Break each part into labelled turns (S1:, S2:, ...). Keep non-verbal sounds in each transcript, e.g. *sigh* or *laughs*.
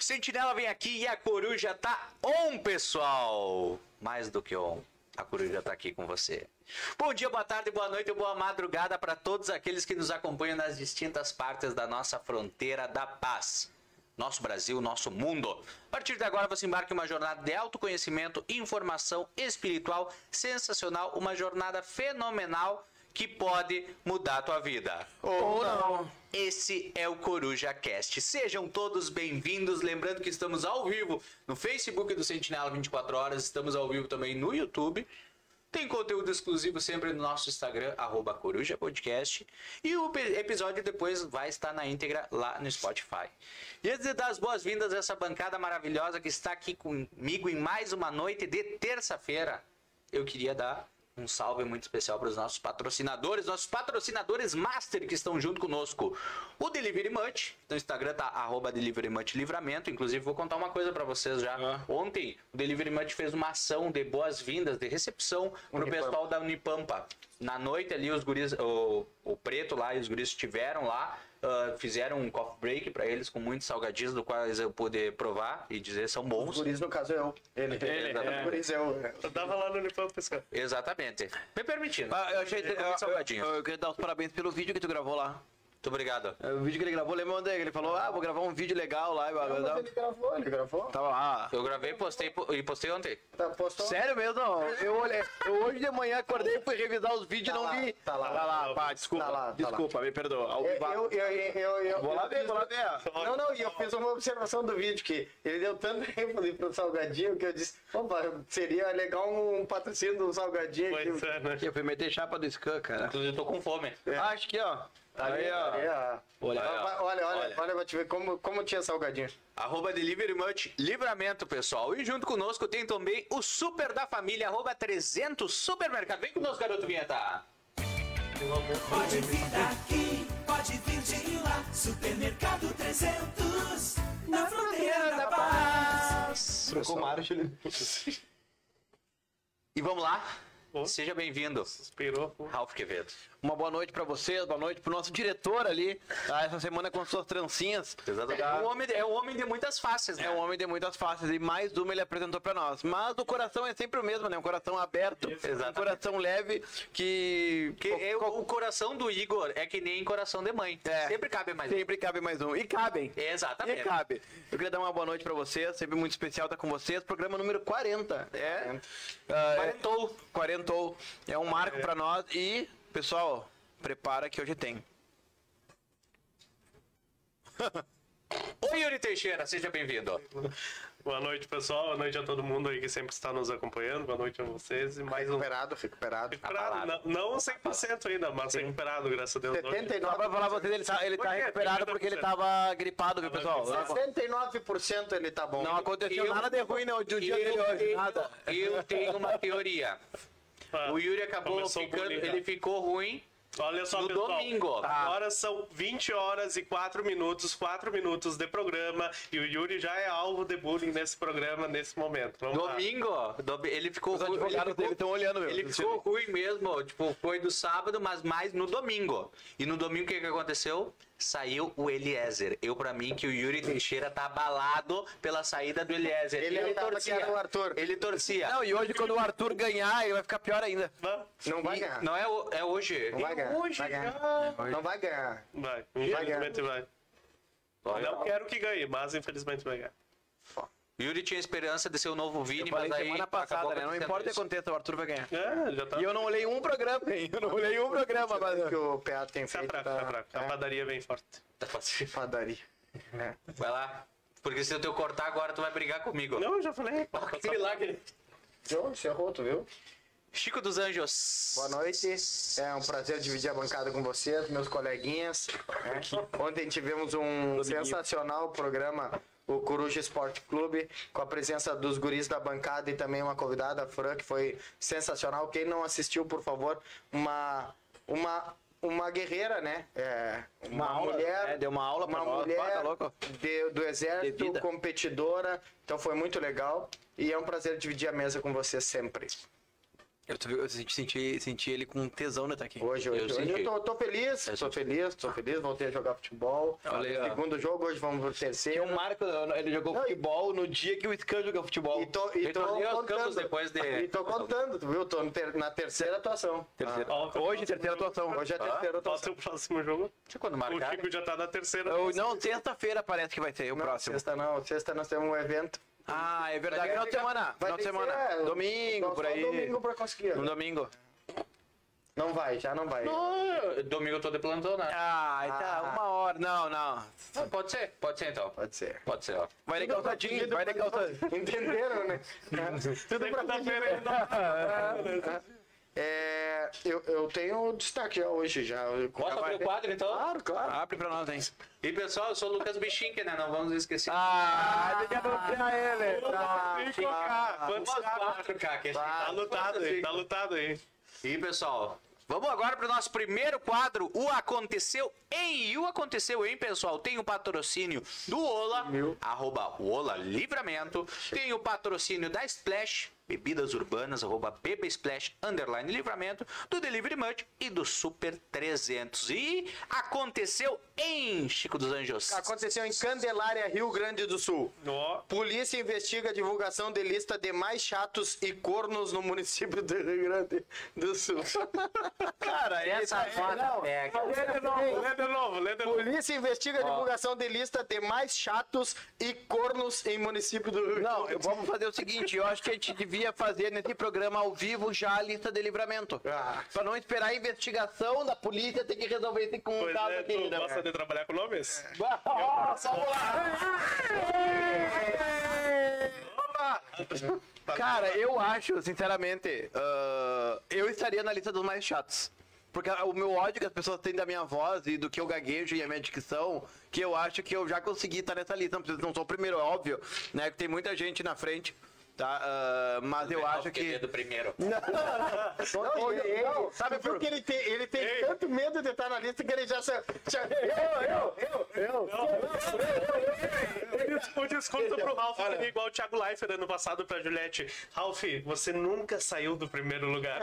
S1: Sentinela vem aqui e a coruja tá on, pessoal! Mais do que on, a coruja tá aqui com você. Bom dia, boa tarde, boa noite, boa madrugada para todos aqueles que nos acompanham nas distintas partes da nossa fronteira da paz. Nosso Brasil, nosso mundo. A partir de agora você embarca em uma jornada de autoconhecimento, informação espiritual sensacional, uma jornada fenomenal que pode mudar a tua vida.
S2: Ou não.
S1: Esse é o Coruja Cast. Sejam todos bem-vindos. Lembrando que estamos ao vivo no Facebook do Sentinela 24 horas, estamos ao vivo também no YouTube. Tem conteúdo exclusivo sempre no nosso Instagram, arroba Coruja Podcast. E o pe- episódio depois vai estar na íntegra lá no Spotify. E antes de dar as boas-vindas a essa bancada maravilhosa que está aqui comigo em mais uma noite de terça-feira, eu queria dar um salve muito especial para os nossos patrocinadores, nossos patrocinadores master que estão junto conosco. O Delivery Munch, no Instagram tá arroba Delivery Munch Livramento. Inclusive, vou contar uma coisa para vocês já.
S2: Ah.
S1: Ontem, o Delivery Munch fez uma ação de boas-vindas, de recepção pro
S2: Unipampa.
S1: pessoal da Unipampa. Na noite ali, os guris, o, o preto lá e os guris estiveram lá, ah, fizeram um coffee break para eles com muitos salgadinhos, do quais eu pude provar e dizer são
S3: Os
S1: bons.
S3: guris, no caso, é eu. Ele.
S2: Ele,
S3: Exatamente.
S2: é.
S3: Os guris, eu.
S2: Eu tava lá no Unipamp, pessoal.
S1: Exatamente. Me permitindo.
S4: Ah, eu achei
S1: Eu comi
S4: eu- eu-
S1: salgadinho.
S4: Eu, eu queria dar os parabéns pelo vídeo que tu gravou lá.
S1: Muito obrigado.
S3: É,
S4: O vídeo que ele gravou, lembra onde ele falou, ah, vou gravar um vídeo legal lá. Eu, eu,
S3: Mas Ele gravou, ele gravou.
S4: tava lá.
S1: Eu gravei postei, po- e postei ontem.
S3: Tá, postou.
S4: Sério mesmo? Eu, olhei, eu hoje de manhã acordei, fui revisar os vídeos e
S3: Tá
S4: não
S3: lá,
S4: vi.
S3: tá lá.
S4: Tá lá, pá, desculpa.
S3: Tá lá, tá lá.
S4: desculpa, me perdoa. Ao
S3: Eu,
S4: vivo.
S3: eu, eu, eu, eu-
S4: vou lá
S3: eu
S4: ver,
S3: fiz-
S4: vou lá ver.
S3: Não, não, e eu fiz uma observação do vídeo que ele deu tanto *laughs* tempo ali pro Salgadinho que eu disse, opa, seria legal um patrocínio do Salgadinho.
S2: Pois
S3: aqui.
S2: é, né?
S4: Eu fui meter chapa do Scan, cara. É.
S1: Inclusive, tô com fome.
S4: Acho que, ó. Tá aí, ó.
S3: É, ah,
S4: Olha,
S3: vai-
S4: olha,
S3: olha, olha, olha, pra te ver como, como tinha Salgadinho.
S1: Arroba Delivery Munch, livramento, pessoal. E junto conosco tem também o Super da Família, arroba 300 Supermercado. Vem conosco, garoto vinheta.
S5: Pode vir daqui, pode vir de lá. Supermercado 300, na fronteira da paz.
S4: Trocou marcha ali.
S1: né? E vamos lá.
S2: Ô.
S1: Seja bem-vindo,
S2: Suspirou. pô.
S1: Ralf Quevedo.
S4: Uma boa noite pra vocês, boa noite pro nosso diretor ali. Tá? Essa semana com suas trancinhas.
S1: É um homem, é um homem de muitas faces, né?
S4: É um homem de muitas faces e mais uma ele apresentou pra nós. Mas o coração é sempre o mesmo, né? Um coração aberto, um
S1: exatamente.
S4: coração leve que,
S1: Que é o, o coração do Igor é que nem coração de mãe.
S4: É.
S1: Sempre cabe mais um.
S4: sempre cabe mais um. E cabem.
S1: Exatamente.
S4: E cabe. Eu queria dar uma boa noite pra vocês, sempre muito especial estar com vocês. Programa número 40. É. Ah,
S1: Quarentou.
S4: é- Quarentou. É um marco pra nós e, pessoal, prepara que hoje tem.
S1: Oi, Yuri Teixeira, seja bem-vindo.
S2: Boa noite, pessoal. Boa noite a todo mundo aí que sempre está nos acompanhando. Boa noite a vocês. E mais um.
S3: Recuperado, recuperado. Tá
S2: Recuperado. Não, não 100% ainda, mas recuperado, graças a Deus.
S4: Só pra
S3: 79%,
S4: falar pra vocês, ele tá, ele tá
S2: Por quê?
S4: recuperado porque ele tava gripado, viu, pessoal?
S3: 69% ele tá bom.
S4: Não aconteceu
S1: Eu-
S4: nada de ruim, não, de um dia dele hoje.
S1: tenho,
S4: Nada.
S1: eu tenho uma teoria.
S2: Ah,
S1: O Yuri acabou
S2: começou o
S1: ficando,
S2: bullying já.
S1: ele ficou ruim.
S2: Olha só,
S1: No
S2: pessoal.
S1: domingo.
S3: Tá.
S2: Agora são 20 horas e 4 minutos, 4 minutos de programa. E o Yuri já é alvo de bullying nesse programa, nesse momento. Vamos lá.
S1: Domingo, domi- ele ficou
S4: Os
S1: ruim. ele
S4: advogados
S1: ficou-
S4: dele estão olhando, meu.
S1: Ele ficou ruim mesmo, tipo, foi do sábado, mas mais no domingo. E no domingo o que, que aconteceu? Saiu o Eliezer. Eu, pra mim, que o Yuri Teixeira tá abalado pela saída do Eliezer.
S3: Ele achava que era o Arthur.
S1: Ele torcia.
S4: Não, e hoje quando o Arthur ganhar, ele vai ficar pior ainda.
S2: Vamos.
S3: Não vai
S1: E-
S3: ganhar.
S1: não é, o- é hoje.
S3: Não vai
S1: É
S3: ganhar,
S1: hoje,
S3: vai ganhar.
S1: já.
S3: Não vai ganhar.
S2: Vai, infelizmente vai.
S1: Olha,
S2: Não quero que ganhe, mas infelizmente vai ganhar.
S1: Yuri tinha esperança de ser o novo Vini,
S4: Eu falei
S1: mas aí
S4: semana
S1: acabou
S4: passada, né? Não
S1: acontecendo
S4: importa o que
S1: isso.
S4: aconteça, o Arthur vai ganhar.
S2: É, já tá.
S4: E eu não olhei um programa, hein? Eu não olhei um programa, mas...
S3: que o PA tem
S2: Tá
S3: feito.
S2: fraco,
S3: tá-
S2: tá fraco. A
S3: é,
S2: padaria é bem forte.
S1: Tá
S3: padaria. É.
S1: Vai lá. Porque se eu te cortar agora, tu vai brigar comigo.
S2: Não, eu já falei. *laughs* pô.
S1: Aquele lá que-
S3: João, você errou, tu viu?
S1: Chico dos Anjos.
S3: Boa noite. É um prazer dividir a bancada com vocês, meus coleguinhas. né? Ontem tivemos um sensacional programa, o Coruja Esporte Clube, com a presença dos guris da bancada e também uma convidada, a Fran, que foi sensacional. Quem não assistiu, por favor, uma. uma uma guerreira, né? É, uma,
S4: Uma aula,
S3: mulher,
S4: né? Deu uma aula pra
S3: uma
S4: nós.
S3: mulher
S4: Ah, tá louco?
S3: de- do
S4: De
S3: exército,
S4: vida.
S3: competidora. Então foi muito legal e é um prazer dividir a mesa com vocês sempre.
S4: Eu, tô- eu senti, senti, senti ele com tesão, né, tá aqui.
S3: Hoje,
S1: Eu
S3: hoje, hoje
S1: senti.
S3: eu tô, tô feliz,
S4: Eu
S3: tô feliz, tô feliz, voltei a jogar futebol.
S4: Olha aí, ó.
S3: Segundo jogo, hoje vamos pro
S4: E
S3: terceiro.
S4: o um Marco, ele jogou
S3: Não, e- Então,
S4: futebol no dia que o Scan jogou futebol.
S3: E tô, e tô
S1: Retornei aos
S3: contando.
S1: campos depois de-
S3: E tô contando, tu viu? Tô no ter- na terceira atuação.
S4: Terceira- Ah,
S2: Ah, ó,
S4: Hoje, terceira atuação.
S3: Hoje é a terceira
S2: Qual o
S3: atuação.
S2: seu próximo jogo?
S1: Deixa quando
S2: O
S1: marcar.
S2: Chico já tá na terceira.
S4: Eu- não, sexta-feira parece que vai ser o
S3: Não,
S4: próximo.
S3: Sexta não, sexta nós temos um evento.
S4: Ah, é verdade.
S3: Vai
S4: Final de
S3: ter-
S4: semana.
S3: vai
S4: Final de
S3: ter que
S4: semana.
S3: ser, é,
S4: domingo,
S3: só-
S4: por
S3: só
S4: aí.
S3: domingo pra conseguir.
S4: No domingo.
S3: Não vai, já não vai.
S1: Ah, Domingo eu tô de plantão, né?
S4: Ah, tá.
S3: Ah.
S4: Uma hora. Não, não.
S1: Ah, pode ser, pode ser então.
S3: Pode ser.
S1: Pode ser, ó.
S4: Vai de
S3: tá
S4: calça jeans, vai de calça
S3: Entenderam,
S4: *laughs*
S3: né? Tudo pra
S2: Segunda-feira
S3: fugir,
S2: ele dá uma parada, né?
S3: É, eu, eu tenho destaque já hoje, já.
S1: Bota pro quadro então.
S3: Claro, claro.
S4: Abre pra nós, hein?
S1: E pessoal, eu sou o Lucas Bichink, né? Não vamos esquecer.
S4: Ah, deixa eu
S3: um
S4: pra
S2: Tá,
S4: ele.
S2: Tem que colocar. Quantos
S1: Umas
S2: caras?
S1: 4K, que a gente
S2: Tá lutado aí, tá lutado aí.
S1: E pessoal, vamos agora para o nosso primeiro quadro, o Aconteceu em. E o Aconteceu em, pessoal, tem o patrocínio do Ola, arroba Ola Livramento, tem o patrocínio da Splash, bebidas urbanas, arroba Beba Splash, underline Livramento, do Delivery Munch e do Super 300. E Aconteceu em, Chico dos Anjos.
S3: Aconteceu em Candelária, Rio Grande do Sul.
S2: Ó,
S3: Polícia investiga a divulgação de lista de mais chatos e cornos no município do Rio Grande do Sul. Cara,
S1: Essa foto é-
S2: Lê de novo, lê de novo, lê de novo.
S3: Polícia investiga a divulgação de lista de mais chatos e cornos em município do Rio Grande do
S4: Não, eu- vamos fazer o seguinte, eu acho que a gente devia fazer nesse programa ao vivo já a lista de livramento.
S3: Ah.
S4: Pra não esperar a investigação da polícia ter que resolver isso com um
S2: Pois
S4: caso
S2: é,
S4: aqui.
S2: tu
S4: né?
S2: gosta de trabalhar com nomes?
S4: Ó, só vou lá. Cara, eu acho, sinceramente, ah, eu estaria na lista dos mais chatos. Porque o meu ódio que as pessoas têm da minha voz e do que eu gaguejo e a minha dicção, que eu acho que eu já consegui estar nessa lista. Não, preciso- não sou o primeiro, é óbvio, né? Que tem muita gente na frente, tá? Ah, mas eu acho
S1: Fiquei
S4: que.
S1: medo primeiro.
S3: Sul. Não,
S4: Não,
S3: ele,
S4: não,
S3: ele-
S4: sabe
S3: tu viu
S4: por-
S3: que ele tem, ele tem
S2: Ei.
S3: tanto medo de estar na lista que ele já... se- já- eu, eu, eu, eu.
S2: O desconto pro Ralph seria igual o Thiago Leifert ano passado pra Juliette. Ralph, você nunca saiu do primeiro lugar.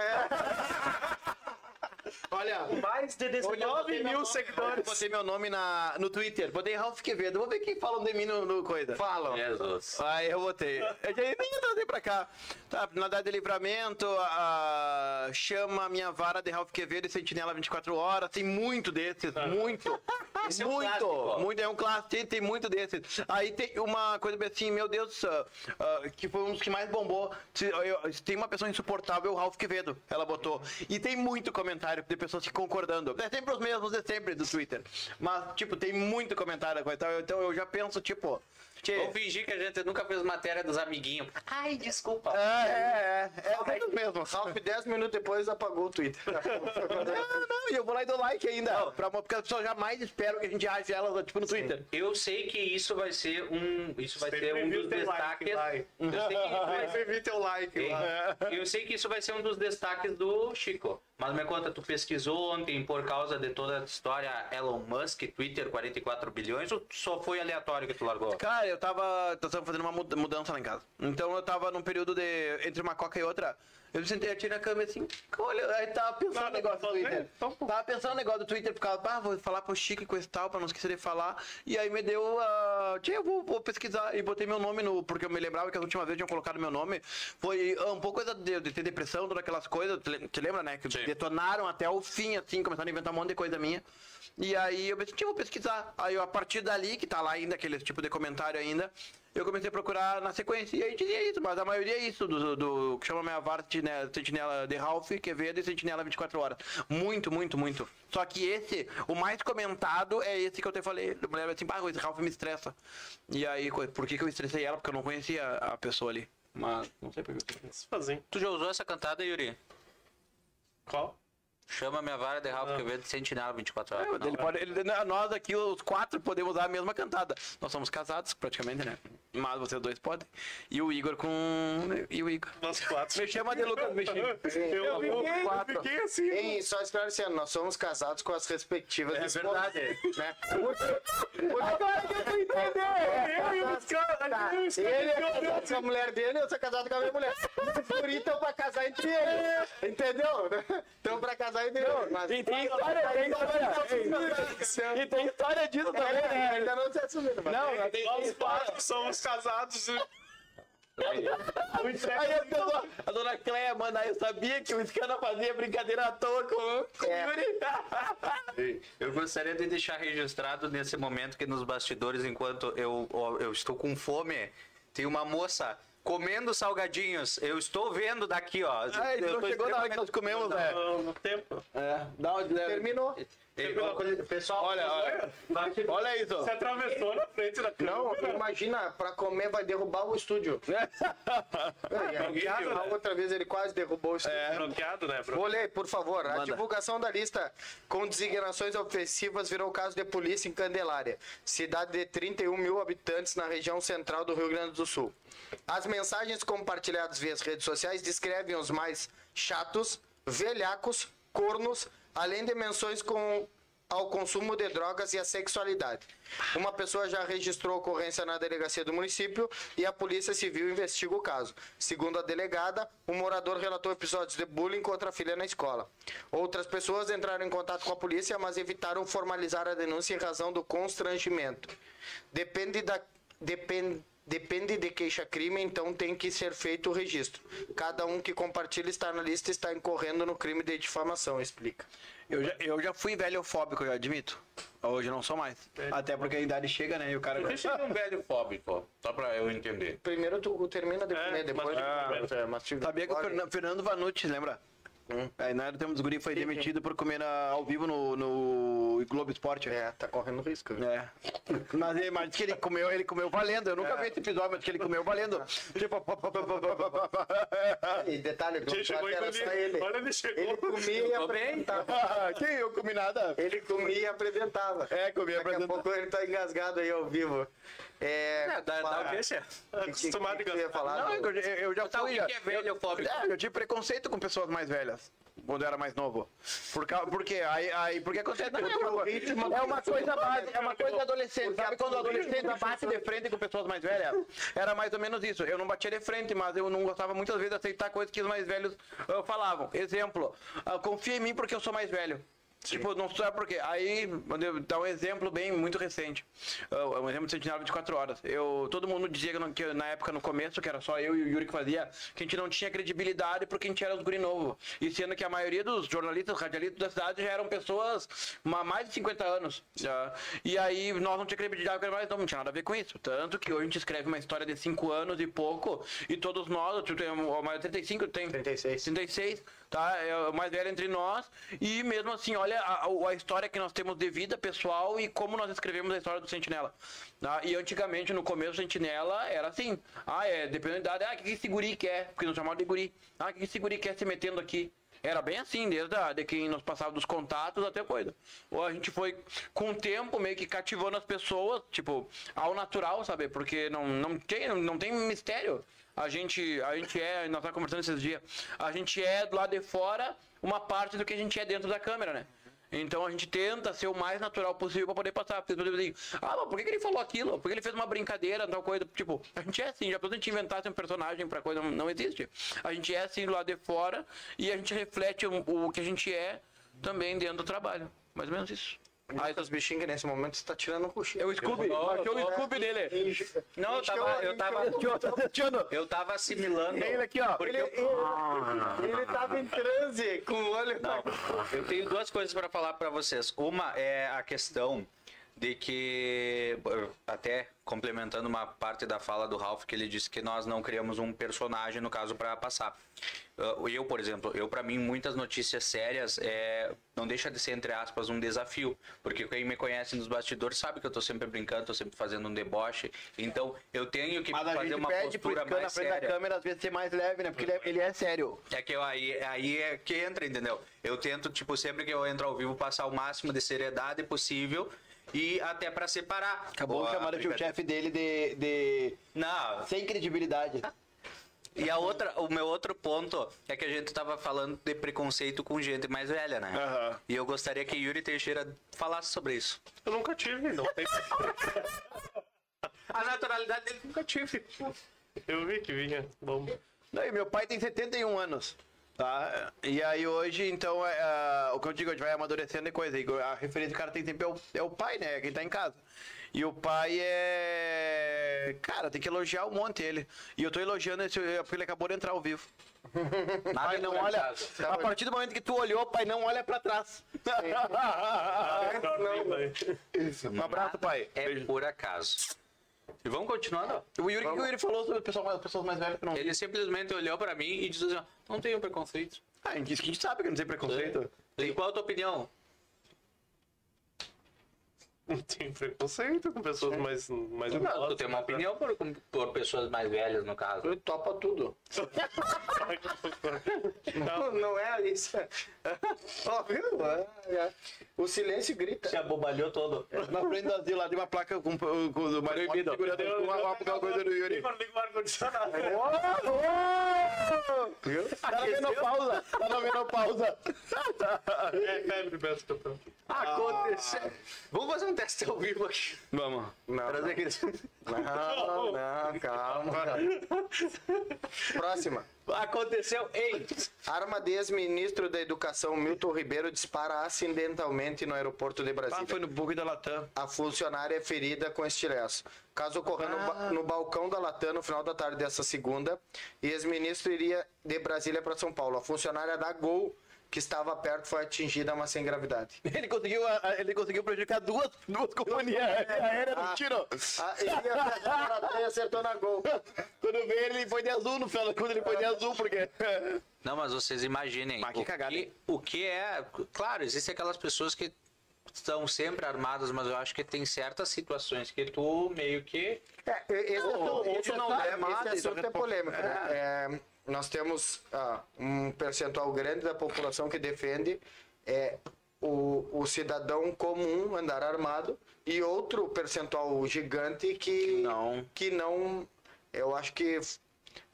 S3: Olha,
S2: Mais de 19 mil
S4: Eu
S2: seguidores.
S4: botei meu nome na, no Twitter, botei Ralph Quevedo, vou ver quem falam de mim no, no coisa.
S3: falam.
S1: Jesus.
S4: Aí eu botei. Eu já nem ia trazer pra cá. Tá, na data de livramento, a, a- chama a minha vara de Ralph Quevedo e Sentinela 24 horas. Tem muito desses, muito.
S1: *laughs* Esse é um
S4: muito,
S1: clássico.
S4: muito. É um clássico, tem, tem muito desses. Aí tem uma coisa bem assim, meu Deus, ah, ah, que foi um dos que mais bombou. Se- eu- se Tem uma pessoa insuportável, é o Ralph Quevedo, ela botou. E tem muito comentário de pessoas se concordando. É sempre os mesmos, é sempre do Twitter. Mas, tipo, tem muito comentário. coisa e tal. Então eu já penso, tipo... tchê,
S1: Vamos fingir que a gente nunca fez matéria dos amiguinhos. Ai, desculpa.
S4: é, é, é, é isso mesmo.
S3: Ralph, 10 minutos depois, apagou o Twitter.
S4: *laughs*
S3: *laughs*
S4: Não, não, e eu vou lá e dou like ainda. Pra uma, porque as pessoas jamais esperam que a gente ache elas, tipo, no Twitter.
S1: Eu sei que isso vai ser um, isso vai
S2: Sempre
S1: ser um
S2: viu
S1: dos
S2: teu like,
S1: destaques.
S2: vai.
S1: eu, sei que isso
S2: *laughs*
S1: vai ser,
S3: vi teu like
S1: eu sei que isso vai ser um dos destaques do Chico. Mas me conta, tu pesquisou ontem por causa de toda a história Elon Musk, Twitter 44 bilhões, ou só foi aleatório que tu largou?
S4: Cara, eu tava, nós tava fazendo uma muda- mudança lá em casa. Então eu tava num período de. entre uma coca e outra. Eu me sentei, eu tirei a câmera assim, olha, aí tá tava pensando
S2: Nada
S4: no negócio
S2: pra
S4: do
S2: fazer,
S4: Twitter.
S2: então, pô.
S4: Tava pensando no negócio do Twitter, ficava, ah, vou falar pro Chico e coisa e tal, pra não esquecer de falar. E aí me deu a. Tia, eu vou, vou pesquisar e botei meu nome no. Porque eu me lembrava que a última vez tinham colocado meu nome. Foi ah, um pouco coisa de, de ter depressão, todas aquelas coisas. Te, le- te lembra, né? Que
S1: Sim.
S4: detonaram até o fim, assim, começaram a inventar um monte de coisa minha. E aí eu pensei, "Tia, eu vou pesquisar. Aí eu, a partir dali, que tá lá ainda, aquele tipo de comentário ainda, eu comecei a procurar na sequência. E aí dizia isso, mas a maioria é isso, do, do, do- que chama minha vara Sentinela- Sentinela de Ralph, Quevedo e Sentinela 24 horas. Muito, muito, muito. Só que esse, o mais comentado é esse que eu te falei. A mulher assim, ah, esse Ralph me estressa. E aí, co- por que, que eu estressei ela? Porque eu não conhecia a pessoa ali. Mas não sei por que.
S2: Isso fazem.
S1: Tu já usou essa cantada, Yuri?
S2: Qual?
S1: Chama minha vara de Ralph Quevedo de Sentinela 24
S4: É,
S1: horas. Não. é.
S4: Ele pode, ele- nós aqui, os quatro, podemos usar a mesma cantada. Nós somos casados, praticamente, né? Mas vocês dois podem. E o Igor com. E o Igor.
S2: Nós quatro.
S4: Me chama de Lucas Mexinho.
S2: Eu
S3: Sim,
S2: fiquei, eu
S3: quatro.
S2: fiquei assim.
S3: Ei, só esclarecendo, nós somos casados com as respectivas
S4: É
S3: esposas,
S4: verdade.
S3: Né?
S2: Agora que eu tô entendendo. Eu e os caras.
S3: Tá,
S2: eu e os
S3: Ele é
S2: caras-
S3: casado com a mulher dele, eu sou casado com a minha mulher. Os guri estão pra casar entre eles. Entendeu? Estão pra casar entre eles. Mas...
S6: E tem história, tem história. E tem história disso também,
S3: tá né? É,
S6: né?
S3: ainda não se assumindo. mas- é.
S6: Não, tem
S2: Nós quatro somos casados. Muito
S4: Aí a, pessoa, a dona Cleia, mano, aí eu sabia que o Scana fazia brincadeira à toa com, com o
S3: É.
S4: Yuri.
S1: Eu gostaria de deixar registrado nesse momento que nos bastidores, enquanto eu, ó, eu estou com fome, tem uma moça comendo salgadinhos. Eu estou vendo daqui, ó.
S4: Ai,
S1: eu
S4: Ah, não
S1: tô
S4: chegou na hora
S1: entendendo.
S4: que nós comemos, velho.
S2: no, no tempo.
S4: É, dá onde
S3: Terminou.
S1: Ei, ó, Pessoal,
S4: Olha, olha. Olha isso.
S2: Você atravessou na frente da
S3: Não,
S2: câmera.
S3: imagina, pra comer vai derrubar
S6: *laughs*
S3: o estúdio. É, a
S6: né?
S3: outra vez ele quase derrubou
S6: É,
S3: o estúdio.
S4: É.
S2: Bloqueado, né, bro?
S3: Vou ler, por favor. A divulgação da lista com designações ofensivas virou caso de polícia em Candelária, cidade de 31 mil habitantes na região central do Rio Grande do Sul. As mensagens compartilhadas via redes sociais descrevem os mais chatos, velhacos, cornos, além de menções com ao consumo de drogas e à sexualidade. Uma pessoa já registrou ocorrência na delegacia do município e a Polícia Civil investiga o caso. Segundo a delegada, o morador relatou episódios de bullying contra a filha na escola. Outras pessoas entraram em contato com a polícia, mas evitaram formalizar a denúncia em razão do constrangimento. Depende da depende Depende de queixa-crime, então tem que ser feito o registro. Cada um que compartilha estar na lista está incorrendo no crime de difamação, explica.
S4: Eu já, eu já fui velhofóbico, eu admito. Hoje eu não sou mais. Até porque a idade chega, né? E o cara.
S1: Deixa eu ser um velho fóbico, ó, só pra eu entender.
S3: Primeiro tu termina de é, comer, depois
S2: mas-
S3: tu mastiga.
S4: Sabia que o Fernan- Fernando Vanucci, lembra? Aí na era do tempo dos guri foi demitido por comer na- ao vivo no, no Globo Esporte.
S3: É, tá correndo risco. viu?
S4: É. Mas, ele- mas diz que ele comeu, ele comeu valendo. Eu nunca vi esse episódio, mas diz que ele comeu valendo. *laughs* *laughs* Tipo, pá, pá, pá, pá, pá, pá, pá.
S3: E detalhe,
S2: *laughs* Ele
S3: o
S2: chegou
S3: prato
S2: e
S3: era só ele.
S2: engoliu. Olha, ele chegou.
S3: Ele comia e apresentava.
S4: que Ah, eu comi nada.
S3: Ele comia e apresentava.
S4: É, comi e
S3: Daqui a
S4: apresentava.
S3: pouco ele tá engasgado aí ao vivo. É,
S1: Dá,
S3: fala-
S1: dá o que, chefe?
S2: Acostumado
S3: que que
S2: a
S3: tu ia
S2: gastar.
S3: falar?
S4: Não,
S3: Não,
S4: eu, eu- eu já
S1: Tá, o
S4: fui.
S1: que
S4: já-
S1: que é velho fóbico?
S4: É, eu tive preconceito com pessoas mais velhas. Quando eu era mais novo. Por causa, porque aí, aí porque acontece na minha rua. É uma coisa básica, é uma coisa adolescente. Sabe quando o adolescente bate de frente com pessoas mais velhas? Era mais ou menos isso. Eu não batia de frente, mas eu não gostava muitas vezes de aceitar coisas que os mais velhos ah, falavam. Exemplo, ah, confia em mim porque eu sou mais velho. Tipo, não sabe por quê. Aí, vou dar um exemplo bem muito recente. Ah, Um exemplo de Sentinela 24 horas. Eu, todo mundo dizia que, eu não- que eu, na época, no começo, que era só eu e o Yuri que fazia, que a gente não tinha credibilidade porque a gente era os guri novo. E sendo que a maioria dos jornalistas, radialistas da cidade já eram pessoas ma- mais de 50 anos. Já. E aí nós não tinha credibilidade porque nós não tinha nada a ver com isso. Tanto que hoje a gente escreve uma história de 5 anos e pouco, e todos nós, tu tem o maior 35, tem
S3: 36.
S4: 36, tá? É o mais velho entre nós. E mesmo assim, olha a, a- a história que nós temos de vida pessoal e como nós escrevemos a história do Sentinela. tá? E antigamente, no começo, o Sentinela era assim. Ah, é, dependendo da idade. Ah, o que, que esse guri quer? Porque nos chamavam de guri. Ah, o que, que esse guri quer se metendo aqui? Era bem assim, desde a, de quem nos passava dos contatos até coisa. Ou a gente foi, com o tempo, meio que cativando as pessoas, tipo, ao natural, sabe? Porque não, não, tem, não, não tem mistério. A gente, a gente é, nós estávamos conversando esses dias, a gente é do lado de fora uma parte do que a gente é dentro da câmera, né? Então a gente tenta ser o mais natural possível pra poder passar. Porque as pessoas dizem, ah, mas por que que ele falou aquilo? Por que ele fez uma brincadeira, tal coisa? Tipo, a gente é assim, já pensou a gente inventasse um personagem pra coisa, não, não existe. A gente é assim do lado de fora e a gente reflete o, o que a gente é também dentro do trabalho. Mais ou menos isso.
S3: Aí os bichinhos que nesse momento está tirando o cochilo.
S4: É o Ah, então Scooby, marcou o
S3: é,
S4: Scooby dele.
S1: Não, eu tava, eu tava, eu tava assimilando.
S4: tá Ele aqui, ó.
S3: Ele, ele, ele tava em transe com o olho.
S1: Não, eu tenho duas coisas para falar para vocês. Uma é a questão de que, até complementando uma parte da fala do Ralph, que ele disse que nós não criamos um personagem, no caso, para passar. Ah, Eu, por exemplo, eu para mim, muitas notícias sérias é, não deixa de ser, entre aspas, um desafio. Porque quem me conhece nos bastidores sabe que eu tô sempre brincando, tô sempre fazendo um deboche. Então, eu tenho que
S4: Mas a
S1: fazer
S4: gente
S1: uma
S4: pede pro
S1: postura
S4: Scan na
S1: mais
S4: frente da
S1: séria.
S4: câmera, às vezes, ser mais leve, né? Porque ele é, ele é sério.
S1: É que eu, aí, aí é que entra, entendeu? Eu tento, tipo, sempre que eu entro ao vivo, passar o máximo de seriedade possível. e até pra separar.
S4: Acabou
S1: Ó,
S4: chamando o
S1: brincadeira.
S4: chefe dele de, de-
S1: Não,
S4: sem credibilidade.
S1: e a outra, o meu outro ponto é que a gente tava falando de preconceito com gente mais velha, né?
S2: Aham.
S1: E eu gostaria que Yuri Teixeira falasse sobre isso.
S2: Eu nunca tive, não tem.
S1: A naturalidade dele nunca tive.
S2: Eu vi que vinha. Bom.
S4: Não, e meu pai tem 71 anos. Tá? E aí hoje, então, é, ah, o que eu digo, a gente vai amadurecendo e coisa. E a referência do cara tem sempre é o, é o pai, né? É Quem tá em casa. E o pai é. Cara, tem que elogiar um monte ele. E eu tô elogiando esse, porque ele acabou de entrar ao vivo. pai não olha. A partir do momento que tu olhou, pai não olha pra trás. Ah,
S2: Ah,
S4: é, *laughs* um abraço, pai.
S1: É por acaso. E vamos continuando?
S4: O Yuri, o que o Yuri falou sobre o pessoal, as pessoas mais velhas que não.
S1: Ele simplesmente olhou pra mim e disse assim, ó, não tenho preconceito.
S4: Ah, a gente disse que a gente sabe que não tem preconceito.
S1: E qual a tua opinião?
S2: Não tem *laughs* preconceito com pessoas mais. mais né?
S1: Não, tu tem uma opinião por, por pessoas mais velhas, no caso.
S3: Tu topa tudo. Não, *laughs* não é isso. Ó, viu? Ah, é. O silêncio grita.
S1: abobalhou todo.
S4: Na frente do asilo lá tem uma placa com, com, com o Mário Emílio segurando com uma- uma- uma coisa do Yuri.
S2: Liga o ar-condicionado.
S4: *laughs* Tá na menopausa, tá na menopausa.
S2: É febre mesmo que eu tô.
S3: Ah.
S1: Aconteceu. Vamos fazer um teste ao vivo aqui.
S4: Vamos.
S3: Não,
S1: Trazer aqui.
S3: não, não, calma. Próxima.
S1: Aconteceu em
S3: Arma de ex-ministro da Educação Milton Ribeiro dispara acidentalmente no aeroporto de
S4: Ah,
S3: Brasília.
S4: foi no bug da Latam.
S3: A funcionária é ferida com estilhaço. Caso ocorreu no, ba- no balcão da Latam no final da tarde dessa segunda, e ex-ministro iria de Brasília para São Paulo. A funcionária da Gol, que estava perto, foi atingida, mas sem gravidade.
S4: Ele conseguiu, a- a- ele conseguiu prejudicar duas, duas companhias aéreas no tiro. *laughs*
S3: Ah, ele ia acertar na Latam e acertou na Gol.
S4: Quando veio, ele foi de azul no final. Quando ele foi de
S2: Ah.
S4: azul, porque...
S1: Não, mas vocês imaginem.
S4: Mas que
S1: o,
S4: cagada,
S1: que,
S4: hein?
S1: o que é. Claro, existem aquelas pessoas que estão sempre armadas, mas eu acho que tem certas situações que tu meio que.
S3: É, e- esse assunto,
S4: ou
S3: esse
S4: não
S3: assunto-
S4: der
S3: esse
S4: mata,
S3: assunto
S4: então
S3: é polêmico. né? É, nós temos ah, um percentual grande da população que defende é, o, o cidadão comum andar armado e outro percentual gigante que
S1: Não.
S3: que não eu acho que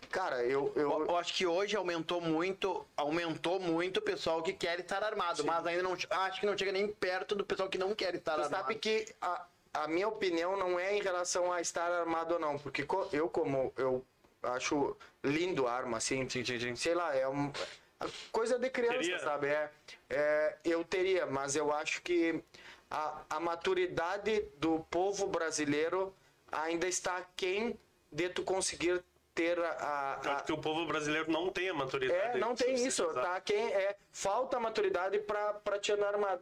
S3: cara eu, eu
S4: Eu, eu acho que hoje aumentou muito, aumentou muito o pessoal que quer estar armado, mas ainda não, ah, acho que não chega nem perto do pessoal que não quer estar
S3: Você
S4: armado.
S3: sabe que a, a minha opinião não é em relação a estar armado ou não, porque co- eu como eu acho lindo a arma assim, sei lá, é um, a coisa de criança,
S2: Teria?
S3: sabe? É, é, eu teria, mas eu acho que a, a maturidade do povo brasileiro ainda está aquém de tu conseguir ter a- a, a
S2: Porque o povo brasileiro não tem a maturidade.
S3: é, não tem isso,
S2: suficiente,
S3: tá? Quem é falta maturidade pra pra te andar armado.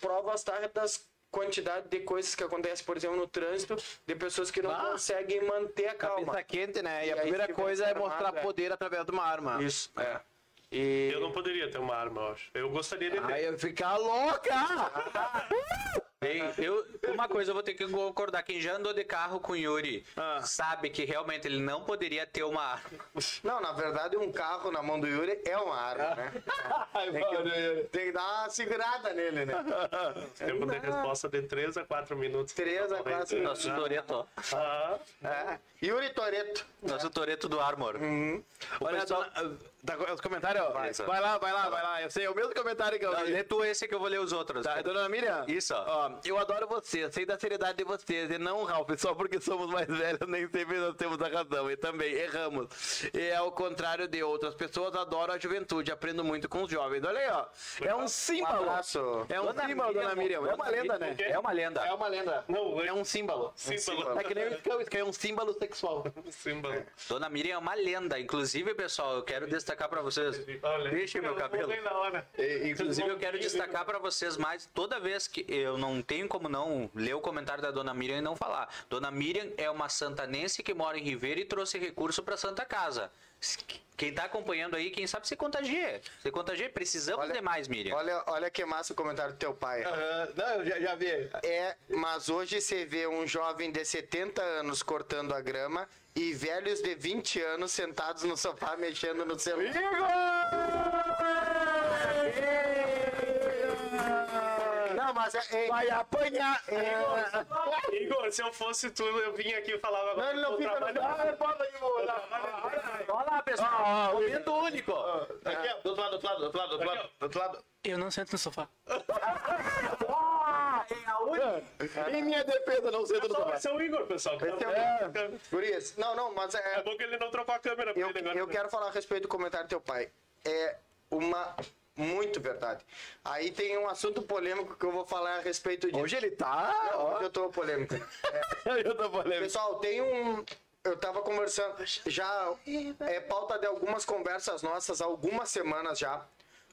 S3: Provas tá das quantidade de coisas que acontece, por exemplo, no trânsito, de pessoas que não conseguem manter a calma.
S4: Cabeça quente, né? E,
S3: E
S4: a
S3: aí
S4: primeira
S3: se
S4: coisa é
S3: tiver
S4: mostrar
S3: armado, é.
S4: poder através de uma arma.
S3: Isso, é. E
S2: Eu não poderia ter uma arma, eu acho. Eu gostaria
S1: Ah,
S2: de ter.
S4: Aí eu ficar
S1: *laughs*
S4: louca!
S1: Bem, eu, uma coisa eu vou ter que concordar: quem já andou de carro com Yuri
S4: Ah.
S1: sabe que realmente ele não poderia ter uma arma.
S3: não, na verdade, um carro na mão do Yuri é uma arma, né? tem, que, tem que dar uma segurada nele, né?
S2: Tempo de resposta de 3 a 4 minutos. Tá então.
S3: Três a quatro minutos.
S1: Nosso Toreto, ó.
S2: Ah,
S3: É. Yuri Toreto.
S1: Nosso Toreto do Armor.
S4: Olha
S1: Uhum. pessoal-
S4: só, tá, os comentários. ó. Vai,
S1: Vai, só.
S4: lá, vai lá, vai lá. Eu sei, é o mesmo comentário que eu
S1: Não,
S4: vi.
S1: lê tu tá esse que eu vou ler os outros.
S4: Tá, dona Miriam?
S1: Isso, ó.
S4: Ó, eu adoro você, sei da seriedade de vocês, e não, Ralph, só porque somos mais velhos, nem sempre nós temos a razão, e também erramos. E ao contrário de outras pessoas, adoro a juventude, aprendo muito com os jovens. Olha aí, ó. É um símbolo.
S3: abraço.
S4: É um símbolo, dona Miriam. É uma lenda, né?
S1: É uma lenda.
S4: É uma lenda.
S2: não,
S4: É um símbolo.
S2: símbolo. Um
S4: É que nem o Scams, que é um símbolo
S2: *laughs*
S4: sexual.
S2: Símbolo.
S1: Dona Miriam é uma lenda. Inclusive, pessoal, eu quero destacar pra vocês.
S2: Olha,
S1: Deixa meu
S2: eu
S1: cabelo.
S2: mudei na hora.
S1: Inclusive, eu quero destacar pra vocês mais, toda vez que eu não tenho como não ler o comentário da Dona Miriam e não falar. Dona Miriam é uma santanense que mora em Ribeira e trouxe recurso pra Santa Casa. S- Quem tá acompanhando aí, quem sabe se contagia. Se contagia, precisamos
S3: Olha-
S1: de mais, Miriam.
S3: Olha, olha que massa o comentário do teu pai.
S4: Aham, não, eu já, já vi.
S3: É, mas hoje você vê um jovem de 70 anos cortando a grama e velhos de 20 anos sentados no sofá mexendo no celular.
S4: Igor!
S3: Não, mas é. é-
S6: Vai apanhar.
S2: Igor, se eu fosse tu, eu vim aqui e falava
S3: Não,
S2: agora.
S3: ele não
S2: eu
S3: fica
S2: trabalho-
S3: no. Ah, é bola de bola.
S4: Olha lá, pessoal.
S1: Momento único.
S7: Aqui, ó. Do outro lado, do outro lado, do outro lado, do outro lado. Do outro lado.
S8: Eu não sento no sofá.
S7: Em minha defesa, não senta no
S2: Só
S7: sofá.
S2: vai ser o Igor, pessoal.
S3: Esse é o- Gurias, não, não, mas
S2: É
S3: é.
S2: bom que ele não trocou a câmera pra
S3: Eu,
S2: ele agora. tá
S3: eu quero falar a respeito do comentário do teu pai. É uma. Muito verdade. Aí tem um assunto polêmico que eu vou falar a respeito disso.
S6: Hoje ele tá.
S3: Não, hoje eu
S6: *laughs*
S3: tô polêmico. É.
S6: Eu tô polêmico.
S3: Pessoal, tem um. Eu tava conversando. Já é pauta de algumas conversas nossas, algumas semanas já.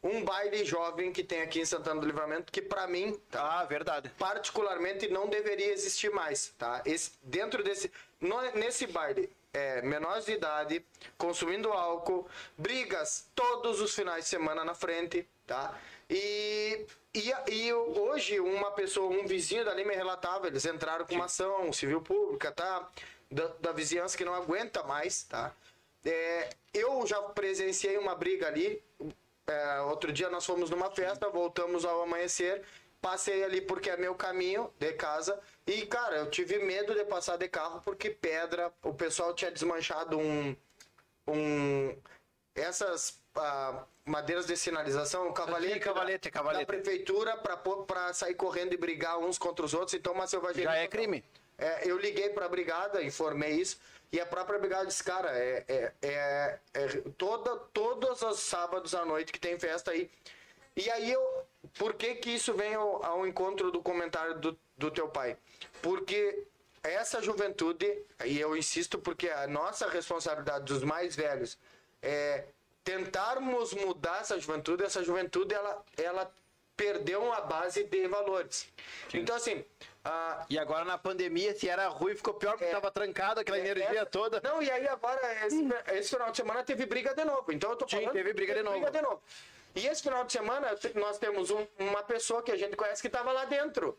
S3: Um baile jovem que tem aqui em Santana do Livramento, que pra mim,
S4: Ah, verdade.
S3: particularmente, não deveria existir mais, tá? Esse, dentro desse. no- nesse baile, é, menores de idade, consumindo álcool, brigas todos os finais de semana na frente, tá? E. E, e hoje uma pessoa, um vizinho dali me relatava, eles entraram com uma ação civil pública, tá? Da, da vizinhança que não aguenta mais, tá? É, eu já presenciei uma briga ali. é, outro dia nós fomos numa festa, voltamos ao amanhecer. Passei ali porque é meu caminho de casa. E, cara, eu tive medo de passar de carro porque pedra. O pessoal tinha desmanchado um. um essas ah, madeiras de sinalização, cavalete,
S4: é cavalete,
S3: da,
S4: cavalete.
S3: da prefeitura para sair correndo e brigar uns contra os outros. Então, uma selvageria.
S4: Já é
S3: total.
S4: crime.
S3: É, eu liguei para a brigada, informei isso, e a própria brigada disse, cara, é, é, é, é toda, todos os sábados à noite que tem festa aí. E aí eu, por que que isso vem ao, ao encontro do comentário do, do teu pai? Porque essa juventude, e eu insisto porque a nossa responsabilidade dos mais velhos é tentarmos mudar essa juventude, essa juventude, ela, ela perdeu uma base de valores. Então, assim, a,
S4: E agora na pandemia, se era ruim, ficou pior porque
S3: É.
S4: tava trancado aquela energia
S3: essa-
S4: toda.
S3: Não, e aí agora, esse, esse final de semana teve briga de novo. Então eu tô
S4: Sim,
S3: falando.
S4: teve briga de novo.
S3: E esse final de semana te- nós temos um- uma pessoa que a gente conhece que tava lá dentro.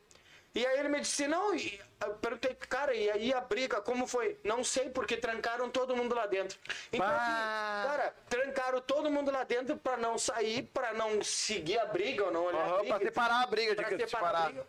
S3: E aí ele me disse, não, e, eu perguntei, cara, e aí a briga, como foi? Não sei, porque trancaram todo mundo lá dentro. Então, assim, cara, trancaram todo mundo lá dentro pra não sair, pra não seguir a briga ou não olhar a
S4: Aham,
S3: briga.
S4: pra separar a briga,
S3: Pra
S4: diga
S3: separar a
S4: separar.
S3: briga.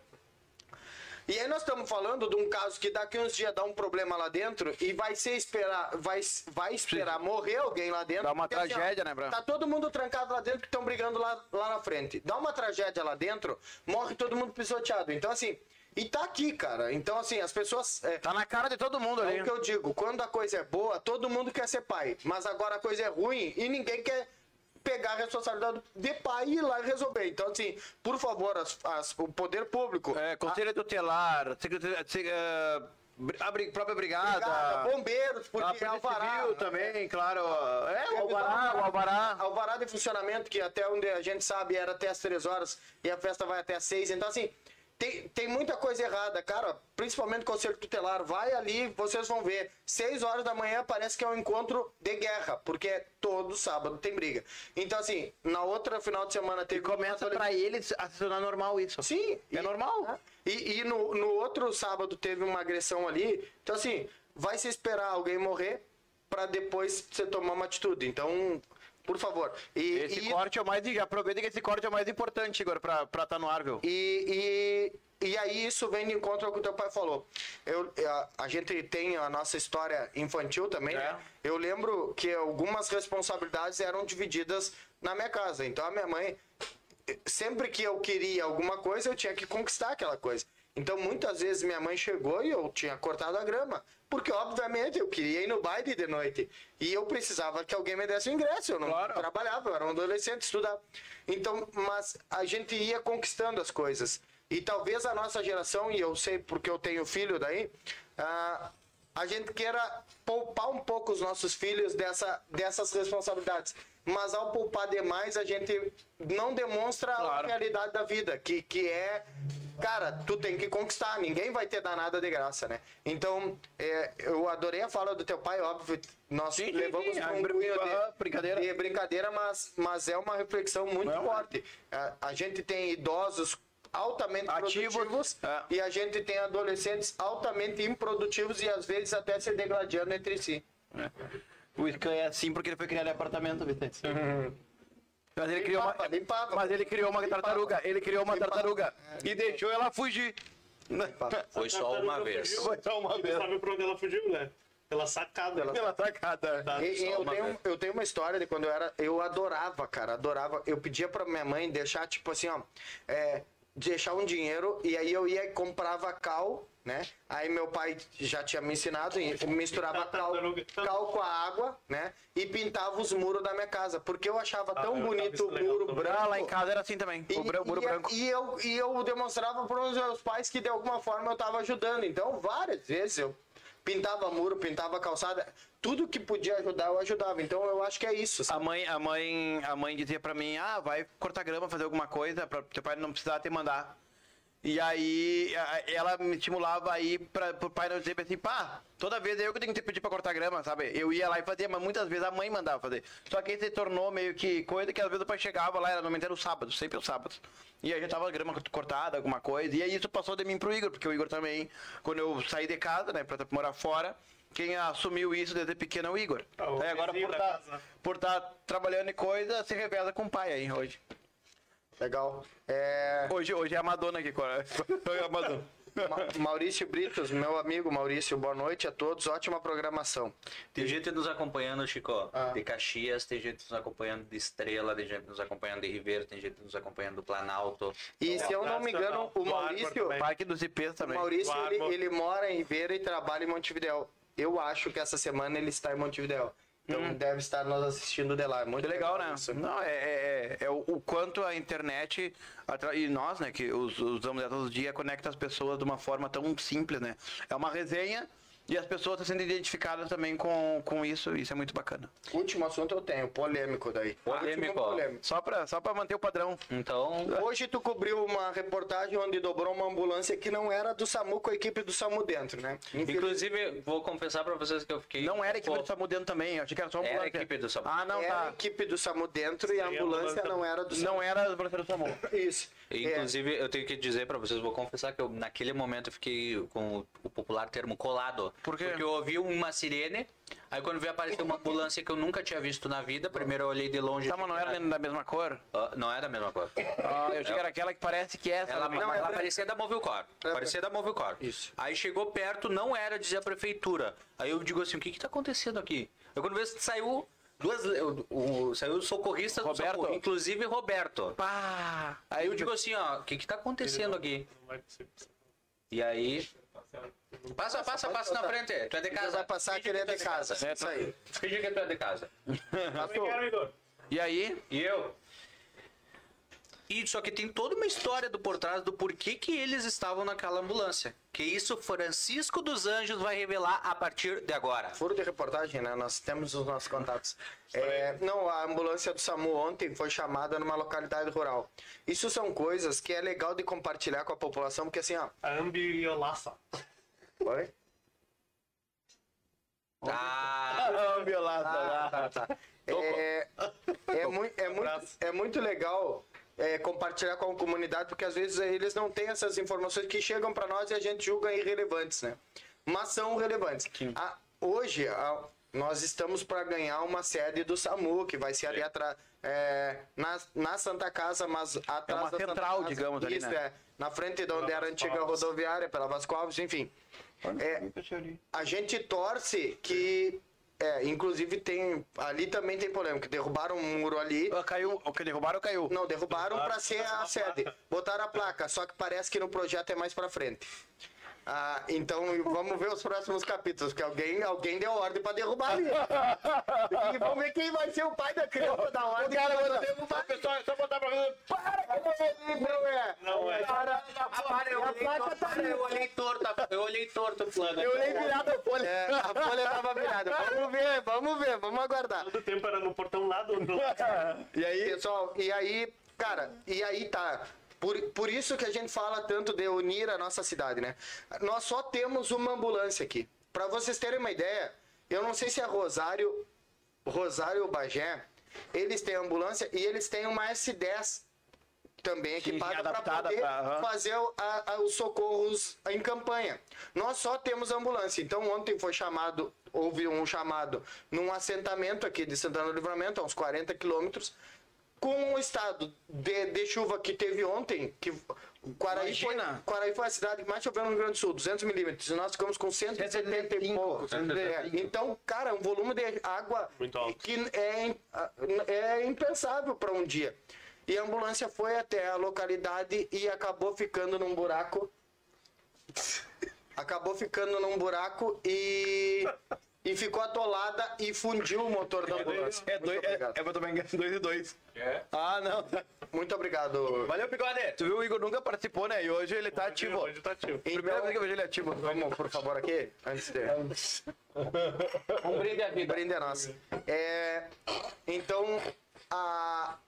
S3: E aí nós estamos falando de um caso que daqui uns dias dá um problema lá dentro e vai ser esperar, vai, vai esperar morrer alguém lá dentro.
S4: Dá uma
S3: Porque, assim, ó,
S4: tragédia, né, Bran?
S3: Tá todo mundo trancado lá dentro que estão brigando lá, lá na frente. Dá uma tragédia lá dentro, morre todo mundo pisoteado. Então, assim, e tá aqui, cara. Então, assim, as pessoas. é,
S4: Tá na cara de todo mundo ali.
S3: é o que eu digo, quando a coisa é boa, todo mundo quer ser pai. Mas agora a coisa é ruim e ninguém quer pegar a responsabilidade de pai e ir lá e resolver. Então, assim, por favor, as- as- o poder público.
S4: É, conselho tutelar, secretaria, se- eh, bri- a bri- própria brigada, né?
S3: Brigada, bombeiros,
S4: a
S3: porque
S4: Polícia
S3: Alvará.
S4: Civil também, claro. É, o Alvará, o Alvará.
S3: Alvará de funcionamento, que até onde a gente sabe era até as três horas e a festa vai até as seis. Então, assim, tem, tem muita coisa errada, cara. Principalmente o Conselho Tutelar. Vai ali, vocês vão ver. Seis horas da manhã parece que é um encontro de guerra, porque todo sábado tem briga. Então, assim, na outra final de semana teve.
S4: Começa pra eles a se tornar normal isso.
S3: Sim. Ah.
S4: É normal.
S3: E, e no, no outro sábado teve uma agressão ali. Então, assim, vai se esperar alguém morrer pra depois você tomar uma atitude. Então, por favor. E,
S4: Esse
S3: e-
S4: corte é o mais. Aproveita que esse corte é o mais importante, Igor, pra estar tá no ar, viu?
S3: E, e, e aí isso vem de encontro ao que o teu pai falou. Eu, a, a gente tem a nossa história infantil também. né? Eu lembro que algumas responsabilidades eram divididas na minha casa. Então a minha mãe, sempre que eu queria alguma coisa, eu tinha que conquistar aquela coisa. Então muitas vezes minha mãe chegou e eu tinha cortado a grama. Porque, obviamente, eu queria ir no baile de noite. E eu precisava que alguém me desse o ingresso. Eu não trabalhava, eu era um adolescente, estudava. Então, mas a gente ia conquistando as coisas. E talvez a nossa geração, e eu sei porque eu tenho filho daí, ah, a gente queira poupar um pouco os nossos filhos dessa, dessas responsabilidades. Mas ao poupar demais, a gente não demonstra a realidade da vida, que, que é. Cara, tu tem que conquistar, ninguém vai te dar nada de graça, né? Então, é, eu adorei a fala do teu pai, óbvio, nós levamos
S4: sim,
S3: pra um
S4: a brin-
S3: cunho de-
S4: aham, brincadeira.
S3: de É brincadeira, mas, mas é uma reflexão muito forte. A, a gente tem idosos altamente
S4: Ativos,
S3: produtivos
S4: é.
S3: e a gente tem adolescentes altamente improdutivos e às vezes até se degladiando entre si.
S4: *laughs* O Scan é assim porque ele foi criado em apartamento, Vicente. Mas ele criou uma,
S7: papa, nem papa.
S4: mas ele criou uma tartaruga. Ele criou uma tartaruga e deixou ela fugir.
S1: Foi só uma vez.
S7: Foi só uma vez.
S2: Sabe pra onde ela fugiu, né? Pela sacada.
S4: Pela sacada.
S2: Tá,
S3: E- e
S2: só
S3: eu,
S2: uma
S3: tenho, um,
S2: vez.
S3: eu tenho uma história de quando eu era. Eu adorava, cara, adorava. Eu pedia pra minha mãe deixar, tipo assim, ó. é, deixar um dinheiro e aí eu ia e comprava cal, né? Aí meu pai já tinha me ensinado, e
S2: *laughs*
S3: misturava cal, cal com a água, né? E pintava os muros da minha casa. Porque eu achava tão
S2: Ah, eu tava
S3: bonito
S2: isso
S3: o
S2: legal
S3: muro
S2: também.
S3: branco.
S4: Ah, lá em casa era assim também.
S3: E,
S4: O bran- muro
S3: e- é,
S4: branco.
S3: e eu, e eu demonstrava para os meus pais que de alguma forma eu tava ajudando. Então, várias vezes eu pintava muro, pintava calçada, tudo que podia ajudar eu ajudava. Então, eu acho que é isso. sabe?
S4: A mãe, a mãe, a mãe dizia pra mim: "Ah, vai cortar grama, fazer alguma coisa pra teu pai não precisar te mandar". E aí a- ela me estimulava aí para pro pai não dizer assim: "Pá, toda vez é eu que tenho que te pedir pra cortar grama", sabe? Eu ia lá e fazia, mas muitas vezes a mãe mandava fazer. Só que aí se tornou meio que coisa que às vezes o pai chegava lá, era no era o sábado, sempre o sábado. E aí já tava a grama cortada, alguma coisa. E aí isso passou de mim pro Igor, porque o Igor também, quando eu saí de casa, né, pra morar fora, quem assumiu isso desde pequeno é o Igor.
S2: Ah, o
S4: Aí agora
S2: vizinho
S4: por
S2: da
S4: tá,
S2: casa.
S4: por tá trabalhando em coisa, se reveza com o pai aí hoje.
S3: Legal. É,
S4: Hoje, hoje é a *laughs* Madonna aqui, cara. É a Madonna.
S3: Ma- Maurício Britos, meu amigo Maurício, boa noite a todos. Ótima programação.
S1: Tem gente nos acompanhando, Chico,
S4: Ah.
S1: de Caxias, tem gente nos acompanhando de Estrela, tem gente nos acompanhando de Ribeiro, tem gente nos acompanhando do Planalto.
S3: E se eu não me engano, o
S2: Do Arbor
S3: Maurício,
S2: também.
S4: Parque dos IPs
S3: o
S4: também.
S3: Maurício
S2: Do
S3: ele,
S2: Arbor.
S3: ele mora em Ribeira e trabalha em Montevidéu. Eu acho que essa semana ele está em Montevidéu. Então deve estar nos assistindo de lá. É muito
S4: Hum. Que legal, né?
S3: isso.
S4: Não, é, é, é- é o, o quanto a internet atra- e nós, né, que us- usamos ela todos os dias, conecta as pessoas de uma forma tão simples, né? É uma resenha e as pessoas estão sendo identificadas também com, com isso, isso é muito bacana.
S3: Último assunto eu tenho, polêmico daí.
S1: Polêmico.
S3: Último
S4: Só pra, só pra manter o padrão.
S1: Então,
S3: Hoje tu cobriu uma reportagem onde dobrou uma ambulância que não era do SAMU com a equipe do SAMU dentro, né?
S1: inclusive, vou confessar pra vocês que eu fiquei.
S4: Não era a equipe
S1: Pô,
S4: do Samu dentro também, eu achei que era só uma
S1: Era a
S4: ambulância.
S1: equipe do Samu.
S4: Ah, não,
S3: era a
S4: tá.
S3: equipe do SAMU dentro e a
S2: Seria
S3: ambulância
S2: ambulância.
S3: não era do SAMU.
S4: Não era a ambulância do Samu.
S3: Isso.
S4: É.
S3: É,
S1: Inclusive, eu tenho que dizer pra vocês, vou confessar que eu, naquele momento eu fiquei com o- o popular termo colado.
S4: Por quê?
S1: Porque eu ouvi uma sirene, aí quando veio aparecer uma ambulância que eu nunca tinha visto na vida, primeiro eu olhei de longe.
S4: Tá, mas não era da mesma cor?
S1: Ah, não era a mesma coisa.
S4: Ah, eu achei que era aquela que parece que é essa.
S1: Ela,
S4: também.
S1: ela parecia da Movilcor. parecia da Movilcor.
S3: Isso.
S1: Aí chegou perto, não era dizer a prefeitura. Aí eu digo assim, o que que tá acontecendo aqui? Aí quando veio, saiu duas... O, o- saiu o socorrista do
S4: Roberto?
S1: socorro, inclusive Roberto.
S4: Pá!
S1: Aí eu digo assim, ó, o que que tá acontecendo aqui?
S2: Não vai conseguir.
S1: E aí...
S6: Tá
S1: Passa, passa, passa na frente. Tu é de
S3: Ela
S1: casa.
S3: vai passar a querer de casa. Isso aí.
S1: Finge que tu é de casa.
S2: Como é que era, Igor?
S4: E aí?
S1: E eu? E só que tem toda uma história do por trás do porquê que eles estavam naquela ambulância. Que isso Francisco dos Anjos vai revelar a partir de agora.
S3: Furo de reportagem, né? Nós temos os nossos contatos. É, não, a ambulância do SAMU ontem foi chamada numa localidade rural. Isso são coisas que é legal de compartilhar com a população, porque assim, ó.
S2: A
S6: *laughs*
S2: ambiolaça.
S3: Oi?
S1: Ah,
S6: né?
S3: tá, tá.
S4: *laughs*
S3: É, é, mui- é muito, é muito legal é, compartilhar com a comunidade, porque às vezes eles não têm essas informações que chegam para nós e a gente julga irrelevantes, né? Mas são relevantes. A- hoje, a- nós estamos para ganhar uma sede do SAMU, que vai ser
S4: É.
S3: ali atrás. na, na Santa Casa, mas atrás
S4: É uma
S3: da Santa
S4: central,
S3: Casa.
S4: digamos, ali,
S3: Isso,
S4: né?
S3: é. Na frente de onde era a antiga rodoviária, pela Vasco Alves, enfim. É, a gente torce que. É, inclusive tem. Ali também tem polêmica. Derrubaram um muro ali.
S4: Ah, Caiu. O que derrubaram caiu.
S3: Não, derrubaram para ser
S2: botaram
S3: a
S2: uma
S3: sede. Botaram a placa, só que parece que no projeto é mais para frente. Ah, então vamos ver os próximos capítulos, porque alguém, alguém deu ordem para derrubar ali. E vamos ver quem vai ser o pai da criança da ordem. O cara vai derrubar.
S7: Pessoal, é só botar pra mim.
S3: Não é.
S2: Não, é.
S3: Para,
S1: para, eu,
S3: a
S1: olhei
S3: placa
S1: torto,
S3: tá
S1: para, eu olhei torto, eu olhei torto o plano.
S3: eu nem virado a folha. É, a folha tava virada. Vamos ver, vamos ver, vamos aguardar.
S2: Todo tempo era no portão lá do... do-
S3: E aí, pessoal, e aí, cara, e aí tá. Por, por isso que a gente fala tanto de unir a nossa cidade, né? Nós só temos uma ambulância aqui. Pra vocês terem uma ideia, eu não sei se é Rosário, Rosário ou Bagé, eles têm ambulância e eles têm uma S10 também equipada para
S4: adaptada
S3: poder
S4: pra- aham.
S3: fazer o- a- a- os socorros em campanha. Nós só temos ambulância. Então, ontem foi chamado, houve um chamado num assentamento aqui de Santana do Livramento, a uns 40 quilômetros, com o estado de, de chuva que teve ontem, que Quaraí foi,
S4: Imagina.
S3: Quaraí foi a cidade que mais choveu no Rio Grande do Sul, 200 milímetros, e nós ficamos com 170 e
S4: 175,
S3: pouco. É, Então, cara, um volume de água
S2: Muito alto.
S3: que é, im- é impensável para um dia. E a ambulância foi até a localidade e acabou ficando num buraco acabou ficando num buraco e e ficou atolada e fundiu o motor da ambulância.
S6: É
S3: Muito
S6: dois, é,
S3: obrigado.
S6: é pra também ganhar dois e dois.
S3: Ah, não. Muito obrigado.
S6: Valeu, Bigode! É, Tu viu, o Igor nunca participou, né? E hoje ele tá ativo.
S2: Hoje tá ativo.
S6: Primeira vez que eu vejo ele ativo.
S3: Vamos, por favor, aqui, antes de...
S1: Um brinde à vida.
S3: Brinde é nosso. É, então, a,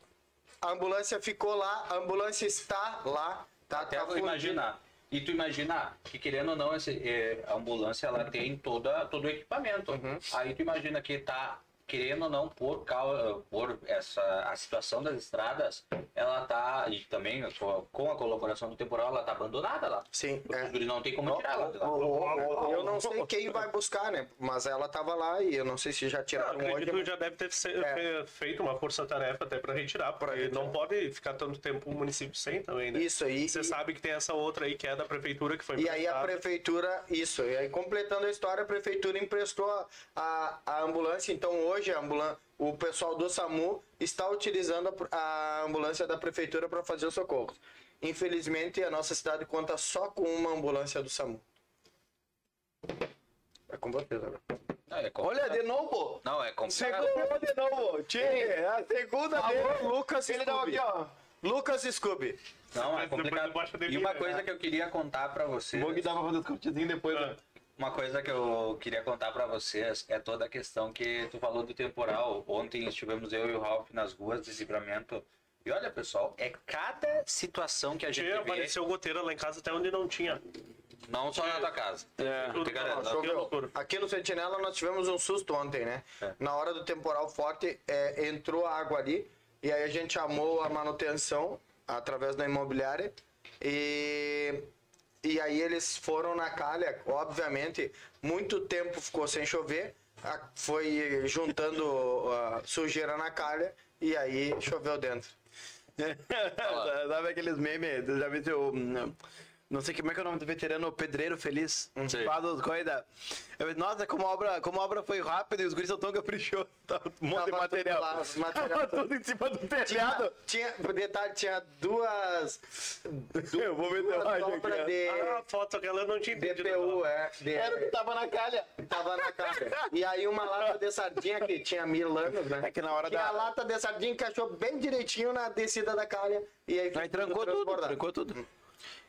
S3: a ambulância ficou lá, a ambulância está lá. Tá,
S1: Até
S3: tá
S1: tu
S3: fundida.
S1: imaginar. E tu imaginar que, querendo ou não, esse, é, a ambulância ela tem toda, todo o equipamento. Aí tu imagina que tá, querendo ou não, por, causa, por essa, a situação das estradas, ela tá, e também com a- com a colaboração do temporal, ela tá abandonada lá.
S3: Sim,
S1: Os
S3: é.
S1: guris não tem como tirar ela de lá.
S3: Eu não sei quem vai buscar, né? Mas ela tava lá e eu não sei se já
S2: Eu
S3: tiraram um
S2: Acredito
S3: hoje.
S2: que já deve ter se- fe- feito uma força-tarefa até para retirar, porque não pode ficar tanto tempo o município sem também, né?
S3: Isso aí.
S2: Você sabe que tem essa outra aí que é da prefeitura que foi
S3: E aí a
S2: emprestada.
S3: prefeitura, isso, e aí completando a história, a prefeitura emprestou a, a, a ambulância, então hoje a ambulância, o pessoal do SAMU está utilizando a, a ambulância da prefeitura para fazer os socorros. Infelizmente, a nossa cidade conta só com uma ambulância do SAMU. É com vocês agora.
S1: Não, é complicado.
S6: Olha, de novo!
S1: Não, é complicado.
S6: Pegou de novo! Tchê, é a segunda vez!
S3: Alô, Lucas
S6: Ele dá
S3: Scooby.
S6: aqui, ó.
S3: Lucas Scooby.
S1: Não, é
S2: Depois
S1: complicado.
S2: eu baixo a né?
S1: E uma
S2: delírio,
S1: coisa que eu queria contar pra vocês,
S6: Vou que dá pra fazer os cortezinhos depois,
S2: Ah,
S6: né?
S1: uma coisa que eu queria contar pra vocês é toda a questão que tu falou do temporal. Ontem estivemos eu e o Ralph nas ruas de livramento. E olha, pessoal, é cada situação que a gente
S2: Tchê,
S1: vê,
S2: apareceu goteira lá em casa até onde não tinha.
S1: não só na tua casa. tá Eu te garanto.
S2: Que
S3: Choveu.
S2: loucura.
S3: Aqui no Sentinela nós tivemos um susto ontem, né? Na hora do temporal forte, é, entrou a água ali e aí a gente chamou a manutenção através da imobiliária e, e aí eles foram na calha, obviamente, muito tempo ficou sem chover, a- foi juntando ó, sujeira na calha e aí choveu dentro.
S6: *laughs* Sabe aqueles memes? Tu já viu o. hum, Não sei como é que é o nome do veterano, o Pedreiro Feliz. Faz as coisas. Eu falei, Nossa, como a obra, como a obra foi rápida e os guris são tão caprichosos. *laughs* Tá um monte de
S3: Tava
S6: material.
S3: tudo lá, os material
S6: Tava tudo em cima do telhado.
S3: Tinha, detalhe, tinha duas,
S6: Eu vou ver
S3: duas
S6: imagem aqui,
S3: obras
S6: ó.
S3: de
S2: Ah, a foto aquela eu não tinha entendido.
S3: DPU, é. de-
S6: Era o que tava na calha.
S3: Tava na cara. E aí uma lata de sardinha que tinha mil anos, né?
S6: É que na hora
S3: Que
S6: da-
S3: a lata de sardinha encaixou bem direitinho na descida da calha. E aí,
S6: Aí trancou tudo,
S3: transbordado.
S6: trancou tudo.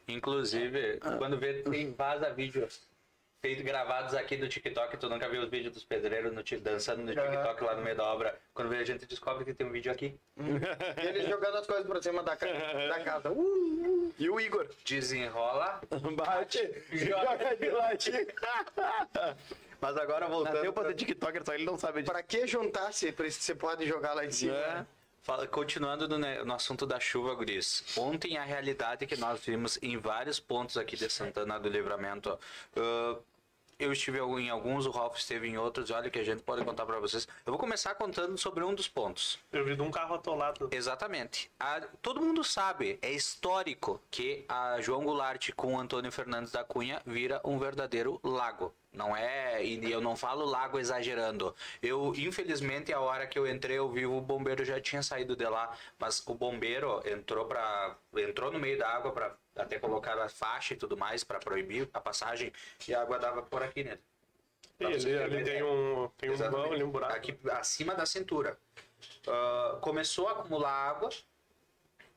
S1: Inclusive, quando vê, tem vaza vídeos feito gravados aqui do TikTok. Tu nunca viu os vídeos dos pedreiros no, ti- dançando no TikTok lá no meio da obra. Quando vê, a gente descobre que tem um vídeo aqui.
S3: E ele jogando as coisas pra cima da, ca...
S6: *laughs*
S3: da casa. Uh,
S6: E o Igor?
S1: Desenrola.
S6: Bate, joga de latim. Mas agora voltando pra ser TikToker, só ele não sabe disso.
S3: pra que juntar se pre- se pode jogar lá em cima?
S6: É.
S1: né? Fala- continuando no, ne- no assunto da chuva, Guris. Ontem a realidade que nós vimos em vários pontos aqui de Santana do Livramento. ah, eu estive em alguns, o Ralph esteve em outros. Olha o que a gente pode contar pra vocês. Eu vou começar contando sobre um dos pontos.
S2: Eu vi de um
S1: Tá
S2: carro atolado.
S1: Exatamente. A- todo mundo sabe, é histórico que a João Goulart com o Antônio Fernandes da Cunha vira um verdadeiro lago. Não é, e eu não falo lago exagerando. Eu, infelizmente, a hora que eu entrei ao vivo, o bombeiro já tinha saído de lá, mas o bombeiro entrou para entrou no meio da água para até colocar a faixa e tudo mais para proibir a passagem e a água dava por aqui, né?
S2: Ih, Ali, ali tem um, tem um
S1: Exatamente.
S2: vão, ali um buraco.
S1: Aqui acima da cintura. Ah, começou a acumular água.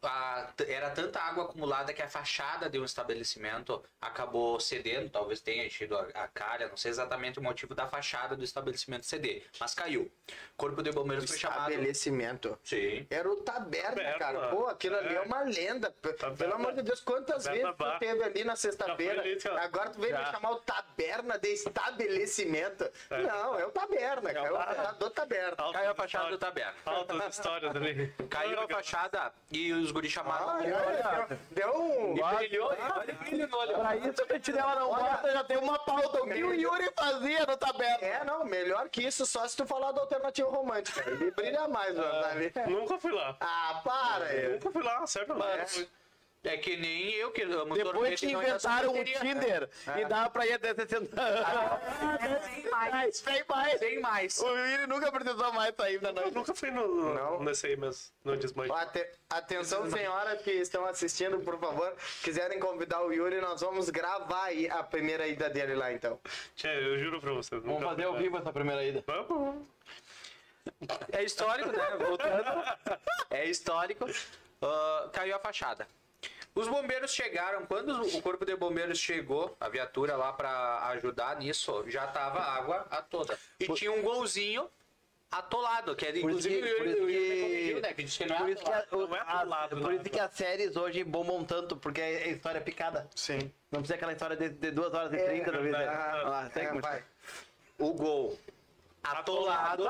S1: A- t- era tanta água acumulada que a fachada de um estabelecimento acabou cedendo. Talvez tenha enchido a, a calha, não sei exatamente o motivo da fachada do estabelecimento ceder, mas caiu. Corpo de Bombeiros foi chamado.
S3: Estabelecimento.
S1: Sim.
S3: Era o taberna,
S2: Taberna.
S3: cara. Pô, aquilo ali
S2: É.
S3: é uma lenda. P-
S2: Taberna.
S3: Pelo amor de Deus, quantas
S2: Taberna
S3: vezes
S2: Bar.
S3: tu teve ali na sexta-feira?
S2: Já foi ali, ó.
S3: Agora tu veio me chamar o taberna de estabelecimento. Não, é o taberna, cara. É o
S2: bar.
S3: taberna do taberna.
S2: Altas
S1: Caiu a fachada do
S2: histórias-
S1: taberna. *laughs*
S2: Altas histórias ali.
S1: Caiu a fachada e os guri chamaram.
S3: Deu um.
S2: Brilhou, hein? Olha o brilho no olho.
S4: Pra isso, a gente dela não gosta, já tem uma
S3: um
S4: pauta. O que o
S6: É.
S4: Yuri fazia no tabela?
S3: É, não, melhor que isso, só se tu falar do alternativo romântico. Ele brilha mais, mano.
S2: Ah.
S3: tá ali.
S2: Nunca fui lá.
S3: Ah, para! aí.
S2: Nunca fui lá, certo? Mas...
S1: É que nem eu que amo
S4: Depois que
S6: é assim
S4: inventaram o Tinder e dava pra ir até
S6: *laughs*
S4: 60 anos. Mas Tem mais.
S1: Tem mais.
S4: O Yuri nunca precisou mais sair
S6: né?
S4: pra
S2: Eu
S4: nós.
S2: nunca fui no,
S3: Não?
S2: nesse aí mesmo, no desmanche.
S3: Ate- Atenção, senhoras que estão assistindo, por favor, quiserem convidar o Yuri, nós vamos gravar aí a primeira ida dele lá, então.
S2: Tchê, eu juro pra vocês.
S4: Vamos
S2: nunca
S4: fazer
S2: fui
S4: ao
S2: lá.
S4: vivo essa primeira ida.
S2: Vamos.
S1: É histórico, né? Voltando. É histórico. Ah, caiu a fachada. Os bombeiros chegaram. Quando o corpo de bombeiros chegou, a viatura lá pra ajudar nisso, já tava água a toda. E tinha um golzinho atolado, que é inclusive
S4: que-
S1: o Yuri-
S4: por isso
S1: o Yuri
S4: que-
S1: corrigiu, né? Que disse que não é
S4: Por isso que, a-
S2: Não é
S4: a-
S2: atolado,
S4: por
S2: né?
S4: isso que as séries hoje bombam tanto, porque é história picada.
S3: Sim.
S4: Não precisa aquela história de, de duas horas e trinta, é, talvez.
S3: Ah,
S4: Ah, tem que mostrar.
S3: vai.
S4: é-
S1: o gol Tá
S2: *laughs*
S4: *laughs*
S1: atolado,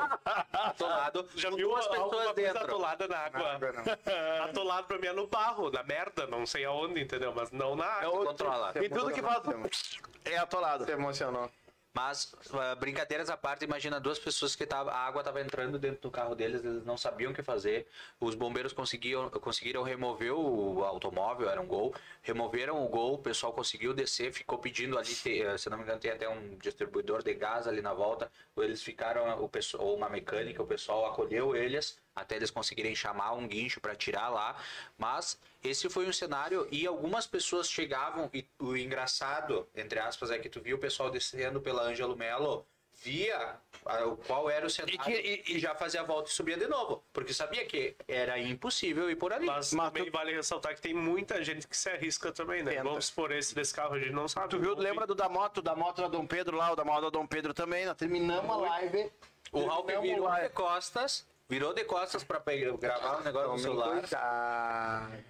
S1: atolado,
S2: Já
S1: com
S2: viu
S1: duas
S2: alguma
S1: pessoas
S2: coisa
S1: dentro.
S2: atolada na água?
S3: água,
S2: *laughs* Atolado pra mim é no barro, na merda, não sei aonde, entendeu? Mas não na água.
S1: Controla.
S4: E tudo que faz é atolado.
S3: Se emocionou.
S1: Mas, ah, brincadeiras à parte, imagina duas pessoas que tava, a água estava entrando dentro do carro deles, eles não sabiam o que fazer. Os bombeiros conseguiam, conseguiram remover o automóvel, era um gol. Removeram o gol, o pessoal conseguiu descer, ficou pedindo ali, te- eh, se não me engano, tem até um distribuidor de gás ali na volta. Eles ficaram, o pessoal, ou uma mecânica, o pessoal acolheu eles até eles conseguirem chamar um guincho para tirar lá. Mas esse foi um cenário e algumas pessoas chegavam e o engraçado, entre aspas, é que tu viu o pessoal descendo pela Ângelo Melo, via ah, o- qual era o cenário e,
S4: que- e-
S1: já fazia a volta e subia de novo, porque sabia que era impossível ir por ali.
S2: Mas,
S4: Mas
S2: também
S4: tu-
S2: vale ressaltar que tem muita gente que se arrisca também, né? Vamos por esse desse carro, a gente não sabe.
S4: Tu viu,
S2: Não
S4: lembra do da moto, da moto da Dom Pedro lá, o da moto da Dom Pedro também, nós terminamos a live.
S1: o Ralph
S4: terminamos
S1: virou
S4: lá.
S1: de costas, virou de costas para gravar um negócio no celular.
S3: Tomem *laughs* cuidado.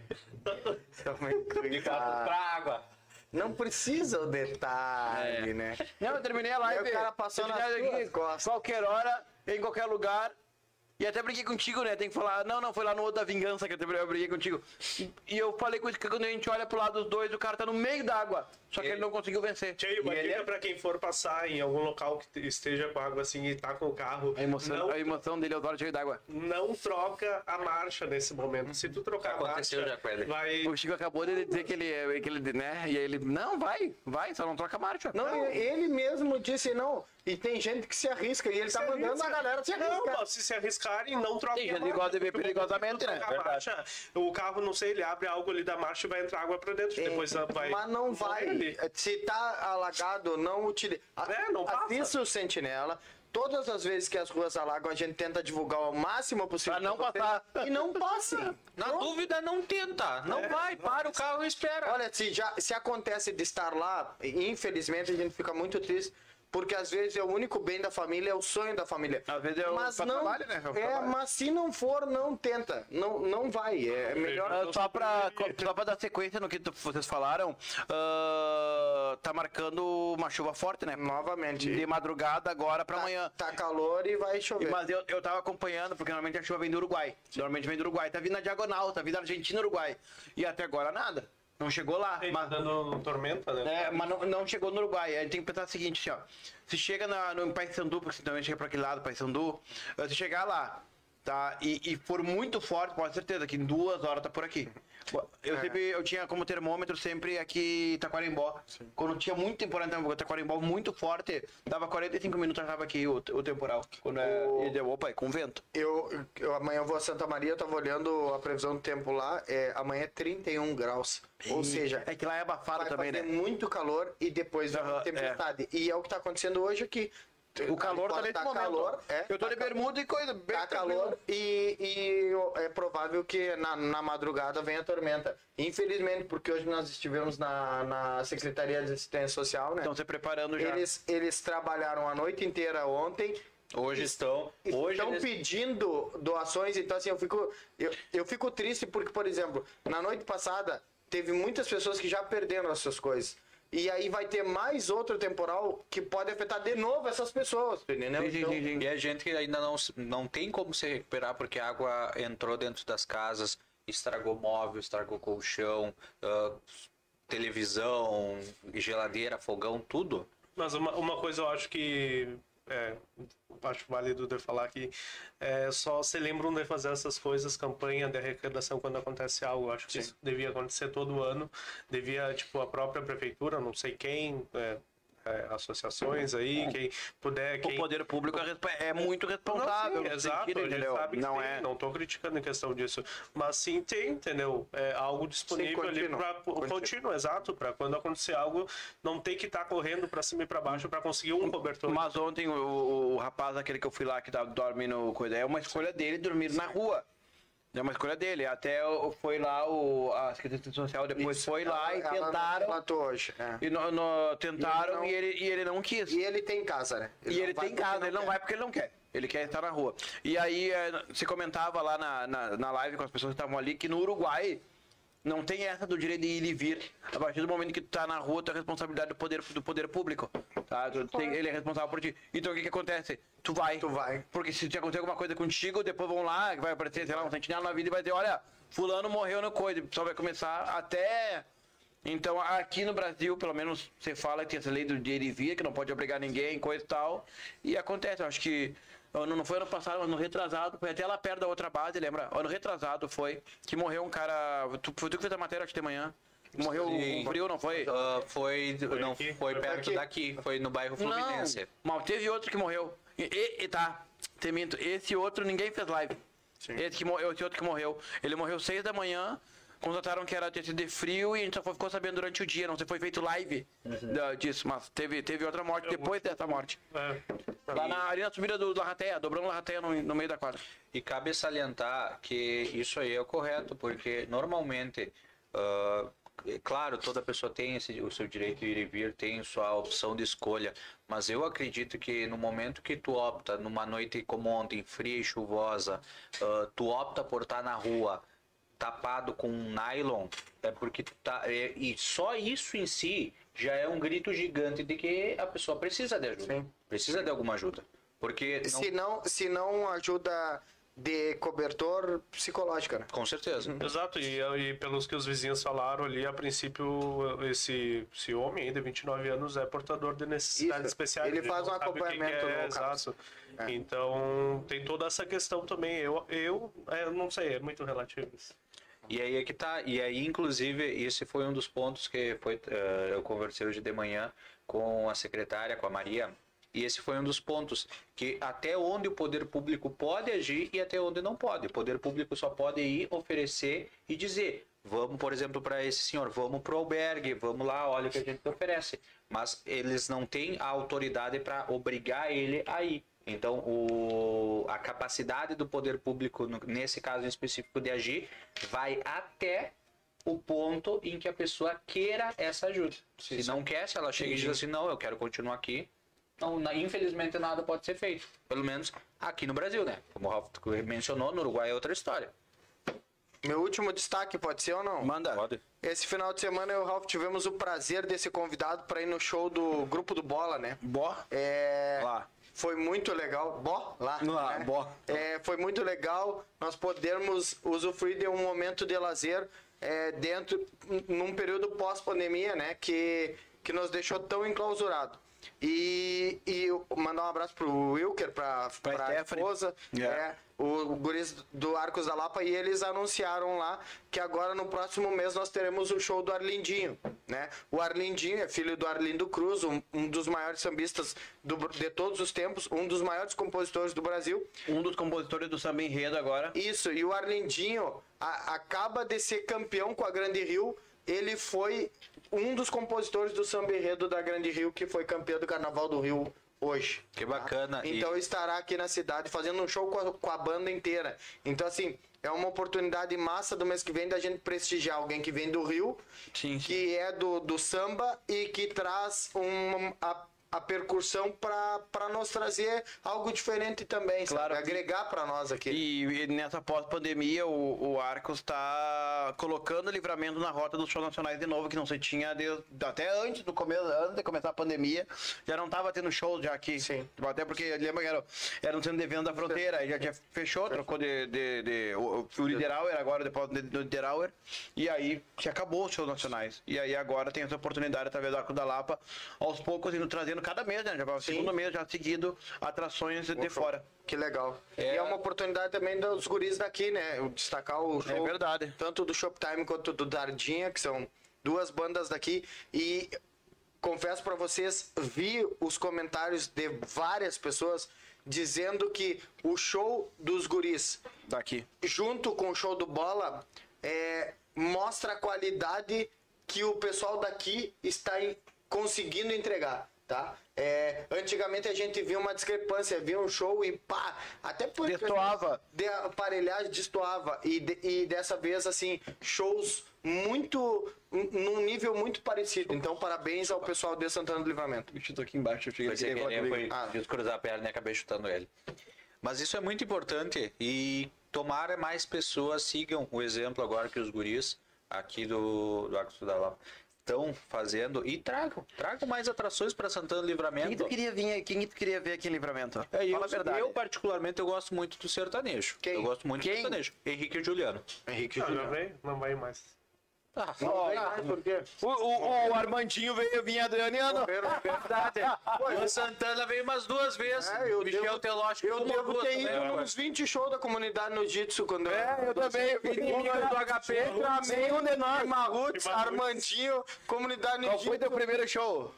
S3: Tomem
S1: Pra
S3: cuidado.
S1: água.
S3: Não precisa o detalhe,
S4: É.
S3: né?
S4: Não, eu terminei a live.
S3: Aí o cara passou
S4: na
S3: nas tuas costas.
S4: Qualquer hora, em qualquer lugar. E até brinquei contigo, né? Tem que falar, não, não, foi lá no outro da vingança que eu terminei, eu briguei contigo. E eu falei com isso que quando a gente olha pro lado dos dois, o cara tá no meio da água. Só que ele, não conseguiu vencer.
S2: Cheio, uma
S1: E ele
S2: dica
S1: é-
S2: pra quem for passar em algum local que te- esteja com água assim e tá com o carro.
S4: A emoção,
S2: Não,
S4: a emoção dele é o dólar cheio d'água.
S2: não troca a marcha nesse momento. Se tu trocar a
S1: Aconteceu
S2: marcha,
S1: já com ele.
S2: vai.
S4: O Chico acabou de dizer que ele, é- que ele, né? E aí ele, não, vai, vai, só não troca a marcha.
S3: Não, e- ele mesmo disse não. E tem gente que se arrisca. E ele tá mandando
S2: arrisca.
S3: a galera se
S2: Não,
S3: arriscar.
S2: mas se se arriscarem, não troquem.
S4: Tem
S2: a
S4: gente que
S2: marcha.
S4: gosta de ver perigosamente, né?
S2: Trocar a marcha, o carro, não sei, ele abre algo ali da marcha e vai entrar água pra dentro. Depois ah, vai.
S3: É, Mas não vai.
S2: ali.
S3: Se tá alagado, não utiliza.
S2: É, não passa.
S3: Assista o Sentinela. Todas as vezes que as ruas alagam, a gente tenta divulgar ao máximo possível.
S4: Pra não
S3: pra vocês.
S4: passar.
S3: E não
S4: *laughs*
S3: passem.
S1: Na dúvida, não tenta.
S4: É.
S1: Não vai, para o carro e espera.
S3: Olha, se, já, se acontece de estar lá, infelizmente a gente fica muito triste. Porque às vezes é o único bem da família, é o sonho da família.
S4: Às vezes é o-
S3: mas
S4: pra
S3: não,
S4: trabalho, né? É o
S3: É,
S4: trabalho.
S3: mas se não for, não tenta. Não, não vai. É melhor.
S4: Ah, só pra, só pra dar sequência no que tu- vocês falaram, ah, tá marcando uma chuva forte, né?
S3: Novamente.
S4: De madrugada agora pra
S3: Tá-
S4: amanhã.
S3: Tá calor e vai
S4: E,
S3: chover.
S4: Mas eu, eu tava acompanhando, porque normalmente a chuva vem do Uruguai. Normalmente vem do Uruguai. Tá vindo na diagonal, tá vindo da Argentina e Uruguai. E até agora nada. Não chegou lá.
S3: Ah,
S2: Ele tá
S4: Mas,
S2: dando tormenta, né?
S3: É,
S4: né, mas não, não chegou no Uruguai. A gente tem que pensar o seguinte, assim, ó. Se chega na, no Paysandu, porque senão chega pra aquele lado, Paysandu. eh, Se chegar lá, tá? E, e for muito forte, pode ter certeza que em duas horas tá por aqui. Bo-
S3: É.
S4: Eu sempre, eu tinha como termômetro sempre aqui Taquarembó. Quando tinha muito temporal em Taquarembó, muito forte, dava 45 minutos, já tava aqui o, o temporal. Quando é, e deu, opa, é com vento.
S3: Eu, eu- amanhã eu vou a Santa Maria, eu tava olhando a previsão do tempo lá, é, amanhã é 31 graus. Ou
S4: E-
S3: seja,
S4: é que lá é abafado
S3: vai
S4: também,
S3: fazer
S4: né?
S3: muito calor e depois vai
S4: Aham,
S3: ter tempestade. E é o que tá acontecendo hoje aqui.
S4: O calor tá nesse momento.
S3: calor, é,
S4: eu tô de
S3: tá calor.
S4: bermuda e coisa. Bem
S3: Tá
S4: tranquilo.
S3: calor e, e o- é provável que na, na madrugada venha a tormenta. Infelizmente, porque hoje nós estivemos na, na Secretaria de Assistência Social, né?
S4: Estão se preparando já.
S3: eles, eles trabalharam a noite inteira ontem.
S1: Hoje estão. Hoje
S3: estão
S1: eles-
S3: pedindo doações, então assim, eu fico, eu, eu fico triste porque, por exemplo, na noite passada teve muitas pessoas que já perderam as suas coisas. E aí vai ter mais outro temporal que pode afetar de novo essas pessoas, tu entendeu? Então,
S1: E é gente que ainda não, se- não tem como se recuperar porque a água entrou dentro das casas, estragou móvel, estragou colchão, ah, televisão, geladeira, fogão, tudo.
S2: Mas uma, uma coisa eu acho que. É, acho válido de falar que é, só se lembram de fazer essas coisas, campanha de arrecadação, quando acontece algo. Eu Acho que isso devia acontecer todo ano. Devia, tipo, a própria prefeitura, não sei quem, é, é, associações aí, quem puder.
S4: É. O
S2: Quem...
S4: poder público é, respe- é muito responsável.
S2: Não, sim,
S4: nesse
S2: exato,
S4: sentido,
S2: a gente
S4: entendeu?
S2: sabe que
S4: não
S2: tem,
S4: é.
S2: Não tô criticando em questão disso. Mas sim tem, entendeu? É algo disponível ali
S3: contínuo,
S2: para
S3: contínuo.
S2: contínuo, exato, para quando acontecer algo, não ter que estar correndo para cima e para baixo para conseguir um cobertor.
S4: Mas ontem o, o- o rapaz, aquele que eu fui lá que tá, dorme no coisa, é uma escolha dele dormir na rua. É uma escolha dele. Até o- foi lá o, a Secretaria Social depois foi lá e
S3: Ela- ela
S4: tentaram.
S3: matou hoje. é.
S4: E no- no-
S3: E
S4: tentaram
S3: não-
S4: e, ele, e ele não quis.
S3: E ele tem casa, né?
S4: E
S3: não
S4: ele
S3: vai
S4: tem casa,
S3: porque
S4: ele não
S3: quer.
S4: vai porque ele não quer. Ele quer estar na rua. E aí eh, se comentava lá na, na, na live com as pessoas que estavam ali que no Uruguai não tem essa do direito de ir e vir. A partir do momento que tu tá na rua, tu é responsabilidade do poder, do poder público. Tá? Tu tem- ele é responsável por ti. Então o que, que acontece? Tu vai.
S3: Tu vai.
S4: Porque se te acontecer alguma coisa contigo, depois vão lá, vai aparecer, sei lá, um sentinela na vida e vai dizer, olha, fulano morreu no coisa. O pessoal vai começar até. Então, aqui no Brasil, pelo menos, você fala que tem essa lei do dinheiro e via, que não pode obrigar ninguém, coisa e tal. E acontece, eu acho que. Ano, não foi ano passado, mas ano retrasado, foi até lá perto da outra base, lembra? Ano retrasado foi, que morreu um cara. Tu, foi tu que fez a matéria hoje de manhã. Morreu um
S1: Sim.
S4: frio, não foi?
S1: Ah, foi, não
S2: aqui?
S1: foi perto
S3: aqui?
S1: daqui, foi no bairro
S4: Não,
S1: Fluminense.
S4: mas teve outro que morreu. E, e- e tá, te minto, esse outro ninguém fez live. Esse, que morreu, esse outro que morreu. Ele morreu seis da manhã, contrataram que era tinha sido de frio e a gente só ficou sabendo durante o dia, não sei se foi feito live da- disso, mas teve, teve outra morte depois dessa morte.
S2: É.
S4: Lá na arena subida do Larrateia, dobrando Larrateia no, no meio da quadra.
S1: E cabe salientar que isso aí é o correto, porque normalmente, ah, é claro, toda pessoa tem esse- o seu direito de ir e vir, tem sua opção de escolha, mas eu acredito que no momento que tu opta, numa noite como ontem, fria e chuvosa, ah, tu opta por estar na rua tapado com um nylon, é porque tu tá. é- e só isso em si já é um grito gigante de que a pessoa precisa de ajuda. Precisa de alguma ajuda. Porque. não-
S3: Se não, se não ajuda de cobertor psicológico, né?
S1: Com certeza.
S2: Exato, e, e pelos que os vizinhos falaram ali, a princípio, esse, esse homem aí de 29 anos é portador de necessidades
S3: Isso,
S2: especiais.
S3: ele faz
S2: não
S3: um
S2: sabe o que
S3: acompanhamento
S2: que é,
S3: no caso.
S2: exato. Então, tem toda essa questão também. Eu, eu, é, não sei, é muito relativo isso.
S1: E aí é que tá. E aí, inclusive, esse foi um dos pontos que foi, eh, eu conversei hoje de manhã com a secretária, com a Maria. E esse foi um dos pontos que até onde o poder público pode agir e até onde não pode. O poder público só pode ir oferecer e dizer, vamos, por exemplo, para esse senhor, vamos pro albergue, vamos lá, olha o que a gente oferece. Mas eles não têm a autoridade para obrigar ele a ir. Então, o, a capacidade do poder público, no- nesse caso em específico, de agir, vai até o ponto em que a pessoa queira essa ajuda. Se não quer, se ela chega e diz assim, não, eu quero continuar aqui, não, na- infelizmente nada pode ser feito. Pelo menos aqui no Brasil, né? Como o Ralf mencionou, no Uruguai é outra história.
S3: Meu último destaque pode ser ou não?
S4: Manda.
S3: Esse final de semana eu e o Ralf tivemos o prazer de ser convidado para ir no show do grupo do Bola, né?
S4: Bó.
S3: É,
S4: Lá.
S3: Foi muito legal. Bó? Lá.
S4: Lá,
S3: né?
S4: bó.
S3: É, foi muito legal nós podermos usufruir de um momento de lazer é, dentro, num período pós-pandemia, né? Que, que nos deixou tão enclausurado. E, e eu mandar um abraço pro Wilker, pra, pra,
S4: Stephanie.
S3: esposa,
S4: Yeah.
S3: é, o, o guris do Arcos da Lapa, e eles anunciaram lá que agora no próximo mês nós teremos o show do Arlindinho, né? O Arlindinho é filho do Arlindo Cruz, um, um dos maiores sambistas do, Br- de todos os tempos, um dos maiores compositores do Brasil,
S4: Um dos compositores do samba enredo agora.
S3: isso, e o Arlindinho a- acaba de ser campeão com a Grande Rio. Ele foi um dos compositores do samba enredo da Grande Rio, que foi campeão do Carnaval do Rio hoje.
S1: Que bacana, e-
S3: Então estará aqui na cidade fazendo um show com a, com a banda inteira. Então, assim, é uma oportunidade massa do mês que vem da gente prestigiar alguém que vem do Rio,
S4: Sim, sim.
S3: que é do, do samba e que traz uma, a a percussão para nos trazer algo diferente também,
S6: Claro.
S3: sabe? Agregar para nós aqui.
S4: E, e nessa pós-pandemia, o, o Arcos está colocando o livramento na rota dos shows nacionais de novo, que não se tinha desde- até antes do começo, antes de começar a pandemia, já não estava tendo show já aqui.
S3: Sim.
S4: Até porque eu lembro que era, era um centro de venda da fronteira, aí já, já fechou, trocou de. de, de- o, o Liderauer, agora depois do do Liderauer, e aí se acabou os shows nacionais. E aí agora tem essa oportunidade, através do Arco da Lapa, aos poucos indo trazendo cada mês, né? Já vai o segundo mês já seguido atrações de fora.
S3: Que legal. E é uma oportunidade também dos guris daqui, né? Eu Destacar o show.
S4: É verdade.
S3: Tanto do Shoptime quanto do Dardinha, que são duas bandas daqui. E confesso pra vocês, vi os comentários de várias pessoas dizendo que o show dos guris
S4: Daqui.
S3: junto com o show do Bola, é, mostra a qualidade que o pessoal daqui está em- conseguindo entregar, tá? É, antigamente a gente via uma discrepância, via um show e pá, até por
S4: Destoava.
S3: de aparelhagem destoava e, de- e dessa vez assim shows muito n- num nível muito parecido. Então parabéns ao pessoal de Santana do Livramento.
S6: Bicho, tô aqui embaixo, eu cheguei
S1: Foi sem
S6: aqui.
S1: querer, foi-
S3: Ah.
S1: quis cruzar a perna e acabei chutando ele. Mas isso é muito importante e tomara mais pessoas sigam o exemplo agora que os guris aqui do, do Arcos da Lapa estão fazendo e tragam, tragam mais atrações para Santana
S6: É
S1: do
S4: Quem
S1: Livramento.
S4: tu queria vir aqui? Quem tu queria ver aqui em livramento?
S1: É, eu,
S4: Fala a verdade.
S1: eu, particularmente, eu gosto muito do sertanejo.
S3: Quem?
S1: Eu gosto muito do sertanejo. Henrique e Juliano.
S3: Henrique
S2: Ah, já veio? Não vai mais.
S1: Ah,
S6: O, o, o Armandinho veio vir Adrianiano.
S1: o Santana veio umas duas vezes.
S3: É, eu
S1: Michel
S3: devo-
S1: Telógico
S3: Eu
S1: uma
S3: devo
S1: duas É,
S3: ter ido
S1: também.
S3: nos 20 shows da comunidade no Jitsu quando eu
S6: É, eu também.
S3: Inimigo do HP, Flamengo,
S6: Nenhum de nós.
S3: Marrutz, Armandinho, comunidade
S6: um Qual foi
S3: Nidinho.
S6: teu primeiro show?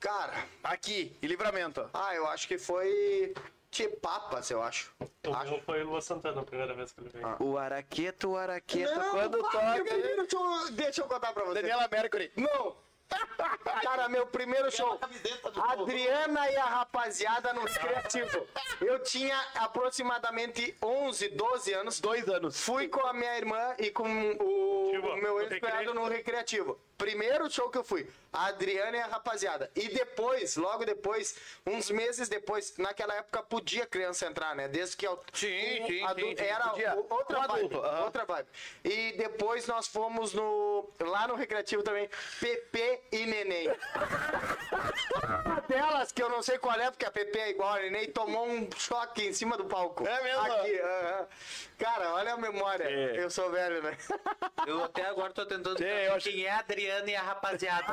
S3: Cara,
S6: Aqui, em Livramento.
S3: ah, eu acho que foi Tchepapas, eu acho.
S2: O
S3: Acho-
S2: meu foi o Lua Santana a primeira vez que ele veio.
S4: O araqueto, o araqueto, quando
S3: pá,
S4: toca...
S3: Galinha, deixa eu- Deixa eu contar pra você.
S6: Daniela Mercury. *laughs*
S3: Não! Cara, meu primeiro show. Adriana e a rapaziada nos criativos. Eu tinha aproximadamente 11, 12 anos.
S6: Dois anos.
S3: Fui com a minha irmã e com o,
S2: Tipo,
S3: o meu
S2: no
S3: ex-cunhado
S2: recreio.
S3: no recreativo. Primeiro show que eu fui, a Adriana e a rapaziada. E depois, logo depois, uns meses depois, naquela época podia criança entrar, né? Desde que eu,
S6: Sim, sim,
S3: um
S6: sim,
S3: adulto-
S6: sim,
S3: era
S6: podia.
S3: o- outra
S6: Um
S3: vibe,
S6: adulto, aham.
S3: outra vibe. E depois nós fomos no lá no recreativo também, Pepe e
S6: *laughs*
S3: Neném. Uma delas que eu não sei qual é, porque a Pepe é igual a Neném, tomou um choque em cima do palco.
S6: É mesmo?
S3: Aqui, aham. Cara, olha a memória.
S6: É.
S3: Eu sou
S6: *laughs*
S3: velho, né?
S1: Eu até agora tô tentando
S6: Sim, eu
S1: saber
S6: achei-
S1: quem é a Adriana e a
S3: *laughs*
S1: rapaziada.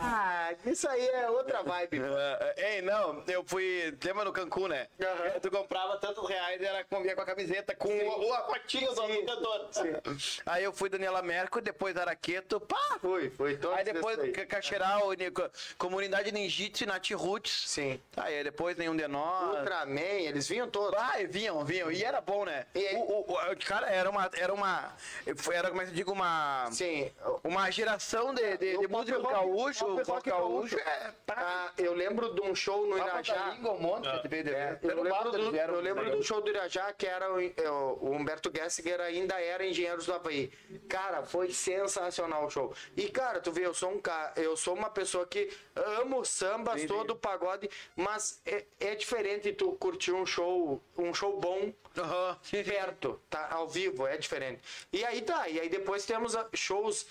S3: Ah, isso aí é outra vibe.
S6: Ah, ei, não, eu fui. Lembra no Cancún, né?
S3: Aham.
S6: Tu comprava tantos reais e era combia com a camiseta, com o, o, a fotinha do do cantor. Aí eu fui Daniela Mercury, depois Araqueto, pá!
S3: Foi, foi todo
S6: Aí depois
S3: isso
S6: Ca- Cacheral, Ni- Co- Comunidade Ninjitsu e Nath Roots.
S3: Sim.
S6: Aí depois nenhum de nós.
S3: Ultraman, eles vinham todos.
S6: Ah, e vinham, vinham. E era bom, né?
S3: E aí-
S6: O, o- o- cara, era uma. Era uma. foi- Era, como é que eu digo, uma.
S3: Sim. É,
S6: Uma geração de, É, de, de
S3: O
S6: música
S3: pop rock-
S6: gaúcho,
S3: pop
S6: pop
S3: rock
S6: gaúcho.
S3: gaúcho.
S6: É, pá,
S3: Ah, eu lembro de um show no
S6: Papa da
S3: Irajá.
S6: língua, um
S4: Ah,
S6: monte de TV,
S3: É,
S6: Pelo
S3: eu lembro,
S6: Bárbaro,
S3: do,
S6: eles vieram
S3: eu lembro
S6: legal.
S3: do show do Irajá, que era o, é, o- o Humberto Gessinger ainda era Engenheiros do Havaí. Cara, foi sensacional o show. E, cara, tu vê, eu sou um cara, eu sou uma pessoa que amo sambas, todo o pagode, mas é, é diferente tu curtir um show, um show bom
S6: Aham.
S3: perto, tá? Ao vivo, é diferente. E aí tá, e aí depois temos ah, shows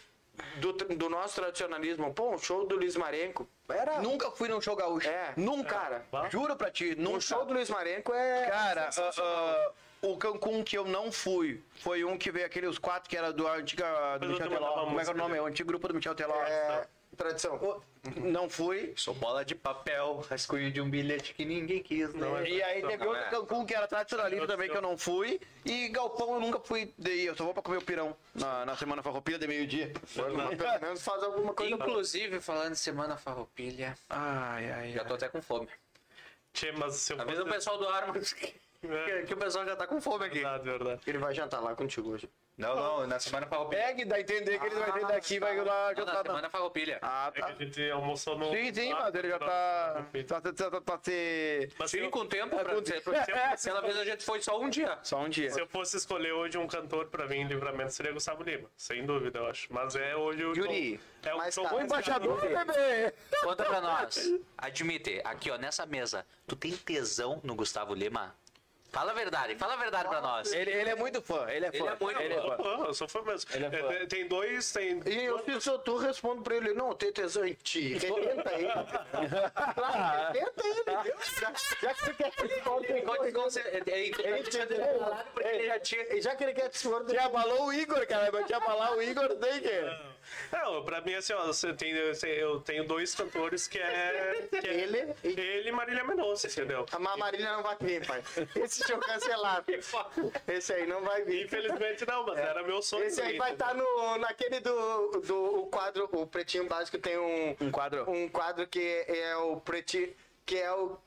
S3: do, tra- do nosso tradicionalismo. Pô, um show do Luiz Marenco. Era.
S6: Nunca fui num show gaúcho.
S3: É.
S6: Nunca.
S3: Cara,
S6: Juro pra ti, nunca.
S3: Um show do Luiz Marenco é.
S6: Cara, ah, ah, o Cancún que eu não fui foi um que veio aquele, os quatro que era do antiga do
S2: Mas eu
S6: Michel
S2: te mandava
S6: Teló. Como é que é
S2: música,
S6: o nome? O antigo grupo do Michel Teló.
S3: é tradição.
S6: O- Não fui.
S1: Sou bola de papel, rascunho de um bilhete que ninguém quis, né?
S2: Não é
S6: E aí teve
S1: Não,
S6: outro
S1: é.
S6: Cancún que era tradicionalista
S2: Outro
S6: também, que eu
S2: show.
S6: não fui. E Galpão eu nunca fui. Daí eu só vou pra comer o pirão na, na semana farroupilha de meio-dia.
S3: Mas pelo menos faz alguma coisa boa.
S1: Inclusive, falando de Semana Farroupilha,
S6: Ai, ai,
S1: já tô até com fome.
S2: Tchê, mas se eu
S4: É
S1: Avisa o
S2: fosse-
S1: pessoal do Armas que,
S2: É,
S1: que o pessoal já tá com fome aqui.
S2: Verdade, verdade.
S3: Ele vai jantar lá contigo hoje.
S1: Não, não, na semana farroupilha.
S4: Pegue, dá a entender que ele vai vir daqui e vai lá
S1: Não, na
S4: jantar. na-
S1: semana farroupilha.
S4: Ah,
S2: É que
S4: tá.
S2: a gente almoçou no.
S4: Sim, sim,
S2: lá,
S4: mas ele já
S2: no-
S4: tá.
S2: no-
S4: Tá, tá, tá, tá, tá se.
S2: Mas se
S1: Sim,
S2: eu-
S1: com o tempo. pra dizer, pra dizer,
S4: *laughs*
S1: Aquela vez a gente foi só um dia.
S4: Só um dia.
S2: Se eu fosse escolher hoje um cantor pra mim em livramento, seria Gustavo Lima. Sem dúvida, eu acho. Mas é hoje o.
S3: Yuri,
S2: Tom- É o
S3: mas
S2: Tom
S3: tá-
S2: Gomes,
S4: Embaixador,
S2: cara.
S4: bebê!
S1: Conta pra nós. Admite, aqui ó, nessa mesa, tu tem tesão no Gustavo Lima? Fala a verdade, fala a verdade pra nós.
S4: Ele, ele é muito fã, ele é fã.
S1: Ele é muito
S4: ele é
S1: fã.
S4: fã.
S2: Ah, eu sou fã mesmo.
S4: Ele é fã.
S2: É, tem- tem dois, tem.
S3: E eu, se sou tu, respondo pra ele, não, tem tesão em ti. Tenta ele. Claro, tenta ele, Deus. Já, já que você quer que ele conte
S1: Pode-
S3: coisa,
S1: com cer- ele- ele- ele tinha
S3: entendeu?
S1: declarado porque ele é já tinha-
S3: Já que ele quer te expor,
S4: Te abalou o Igor, cara. Eu te abalar o Igor, tem que.
S2: Não, pra mim, assim, ó, você tem, eu sei- eu tenho dois cantores que é. que é-
S3: Ele e-
S2: ele e Marília Mendonça, entendeu?
S3: a Marília não vai vir, pai. Esse show cancelado. Esse aí não vai vir.
S2: Infelizmente não, mas era meu sonho.
S3: É. Esse aí vai estar no, naquele do, do o quadro, o Pretinho Básico tem um,
S4: Um quadro.
S3: um quadro que é o Pretinho, que é o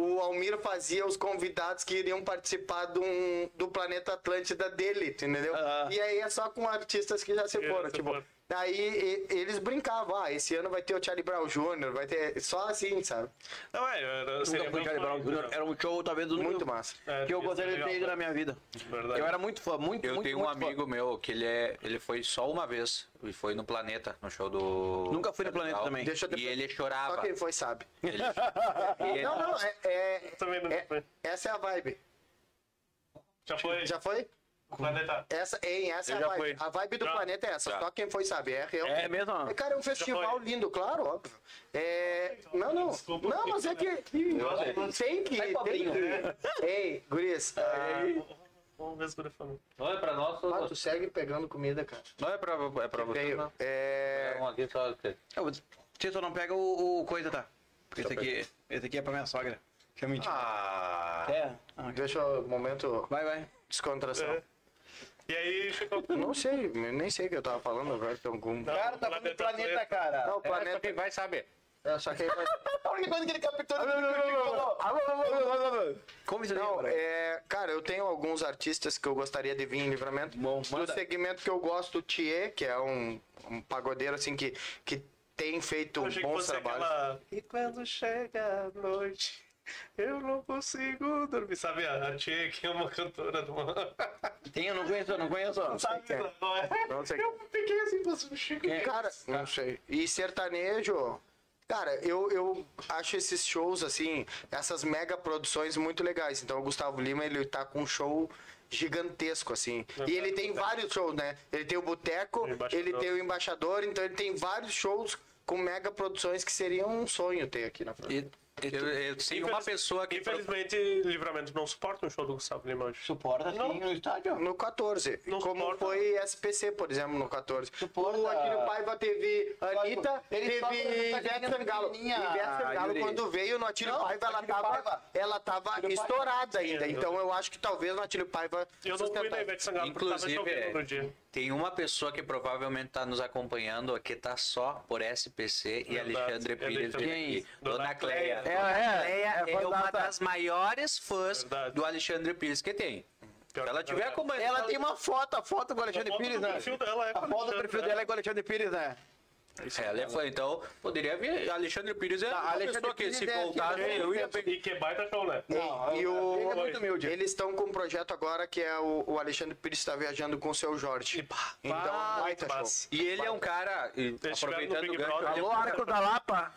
S3: o Almir fazia os convidados que iriam participar de um- do Planeta Atlântida dele, tu entendeu?
S4: Aham.
S3: E aí é só com artistas que já se
S2: Que
S3: foram,
S2: já se
S3: tipo.
S2: foram.
S3: Daí e- eles brincavam, ah, esse ano vai ter o Charlie Brown Jr., vai ter. Só assim, sabe?
S2: Não, é, era, seria
S4: Nunca fui
S2: meu
S4: Charlie Brown
S2: sonho,
S4: Jr.
S2: entendeu?
S4: Era um show, talvez, do
S3: Muito massa.
S2: É,
S4: que eu
S2: isso é
S4: gostaria de
S2: legal,
S4: ter ido na minha vida.
S2: Verdade.
S4: Eu era muito fã, muito,
S1: Eu
S4: muito,
S1: tenho um
S4: muito fã.
S1: amigo meu que ele, é, ele foi só uma vez e foi no Planeta, no show do.
S4: Nunca fui no Planeta
S1: Capital,
S4: também.
S3: Deixa eu
S1: E
S3: depois-
S1: ele
S3: Só
S1: chorava.
S3: quem foi sabe.
S1: *laughs* Ele- e ele-
S3: Não, não, é. é-
S2: Também não
S3: é-
S2: foi.
S3: essa é a vibe.
S2: Já foi. tá.
S3: Já foi?
S2: Planetário.
S3: Essa, hein, essa
S2: Eu
S3: é
S2: já
S3: a vibe.
S2: fui.
S3: A vibe do
S2: Já.
S3: planeta é essa.
S1: Já.
S3: Só quem foi sabe. É, real.
S4: É mesmo?
S3: É, Cara, é um festival
S2: foi.
S3: lindo, claro, óbvio. É... Não, não.
S2: Desculpa,
S3: não, mas é que. Tem que. Tem
S2: né?
S3: que... Ei, Guris. ah,
S2: Vamos ver se ele falou.
S1: Não é pra nós,
S3: ah, tu segue pegando comida, cara.
S1: não é pra, é pra você.
S3: Veio.
S4: né?
S1: não.
S3: É.
S1: Um aqui só-
S4: Eu vou- É, Tio, só não pega o, o coisa, tá? Porque esse aqui, esse aqui é pra minha sogra. Que é mentira.
S1: Ah,
S4: É. Ah,
S3: Deixa o momento
S4: Vai, vai.
S3: descontração.
S2: É. E aí ficou.
S3: Não sei, eu nem sei o que eu tava falando agora. Tem algum.
S4: Cara, tá falando do planeta, cara.
S3: Não, o planeta.
S1: quem vai saber.
S3: É, só que aí vai.
S4: A única coisa que ele
S2: Ah,
S4: captou Como isso
S3: Não,
S4: é?
S3: é, cara, eu tenho alguns artistas que eu gostaria de vir em livramento.
S4: Bom,
S3: Do
S4: manda.
S3: segmento que eu gosto, o Thier, que é um, um pagodeiro assim que, que tem feito
S2: Eu achei que
S3: bons
S2: fosse
S3: trabalhos.
S2: aquela. E quando chega a noite, eu não consigo dormir. Sabe, a Tia que é uma cantora do mundo.
S4: Tem, eu não conheço, eu não conheço.
S2: Sabe,
S3: quem é.
S2: não é?
S3: Não sei
S2: Eu fiquei assim, mas o Chico.
S3: Cara, não sei. E sertanejo. Cara, eu, eu acho esses shows, assim, essas mega produções muito legais. Então, o Gustavo Lima, ele tá com um show gigantesco, assim.
S2: É
S3: E ele tem vários shows, né? Ele tem o Boteco,
S2: O Embaixador.
S3: ele tem o Embaixador, então ele tem vários shows com mega produções que seria um sonho ter aqui na frente.
S4: E
S1: Eu, eu tenho uma pessoa que.
S2: Infelizmente, Livramento não suporta um show do Gustavo Lima hoje.
S4: suporta sim no estádio?
S3: No 14,
S2: Não
S3: como
S2: suporta. né?
S3: foi SPC, por exemplo, no 14.
S4: Suporta.
S3: O Aquino Paiva teve Anitta,
S4: Ele
S3: teve
S4: só tá
S3: Ivete
S4: ganhando
S3: Sangalo.
S4: pequenininha,
S3: Ivete Sangalo,
S4: Yuri.
S3: quando veio no Atílio
S4: Não,
S3: Paiva, ela
S4: Atílio
S3: tava,
S4: Paiva.
S3: Ela tava estourada ainda. Então eu acho que talvez no Atílio Paiva
S2: Eu não fui na Ivete Sangalo Ah, porque tava
S1: Inclusive,
S2: chovendo no
S1: é,
S2: dia.
S1: tem uma pessoa que provavelmente está nos acompanhando aqui, tá só por SPC e
S2: Verdade. É
S1: Alexandre Pires.
S2: Alexandre.
S1: veio aqui.
S2: Dona
S1: Dona
S2: Cleia.
S1: Cleia.
S4: É, é.
S1: Cleia é,
S4: é
S1: uma
S4: fantástica.
S1: das maiores fãs
S2: Verdade.
S1: do Alexandre Pires que tem.
S2: Pior
S1: Se ela
S2: que
S1: tiver
S2: verdade.
S1: acompanhando.
S4: Ela tem uma foto, a foto com o Alexandre
S2: foto do
S4: Pires, né?
S2: perfil dela é com
S4: A foto do
S2: Alexandre,
S4: perfil
S2: né?
S4: dela é com o Alexandre Pires, né?
S1: Ela é fã, então poderia vir. Alexandre Pires é
S4: Tá,
S1: uma
S4: Alexandre
S1: pessoa que
S4: Pires
S1: se
S4: é-
S1: voltar,
S4: é-
S1: eu ia pegar.
S2: E que baita show, né?
S4: Não,
S3: E o-
S4: ele é muito humilde.
S3: Eles estão com um projeto agora que é o, o Alexandre Pires está viajando com o seu Jorge. Então, baita show.
S2: tipo, ah, Mas,
S1: E ele é um cara, e
S2: estiveram no
S1: aproveitando
S2: Big
S1: o gancho,
S2: Brother.
S1: ele é um
S4: Alô, Arco da Lapa.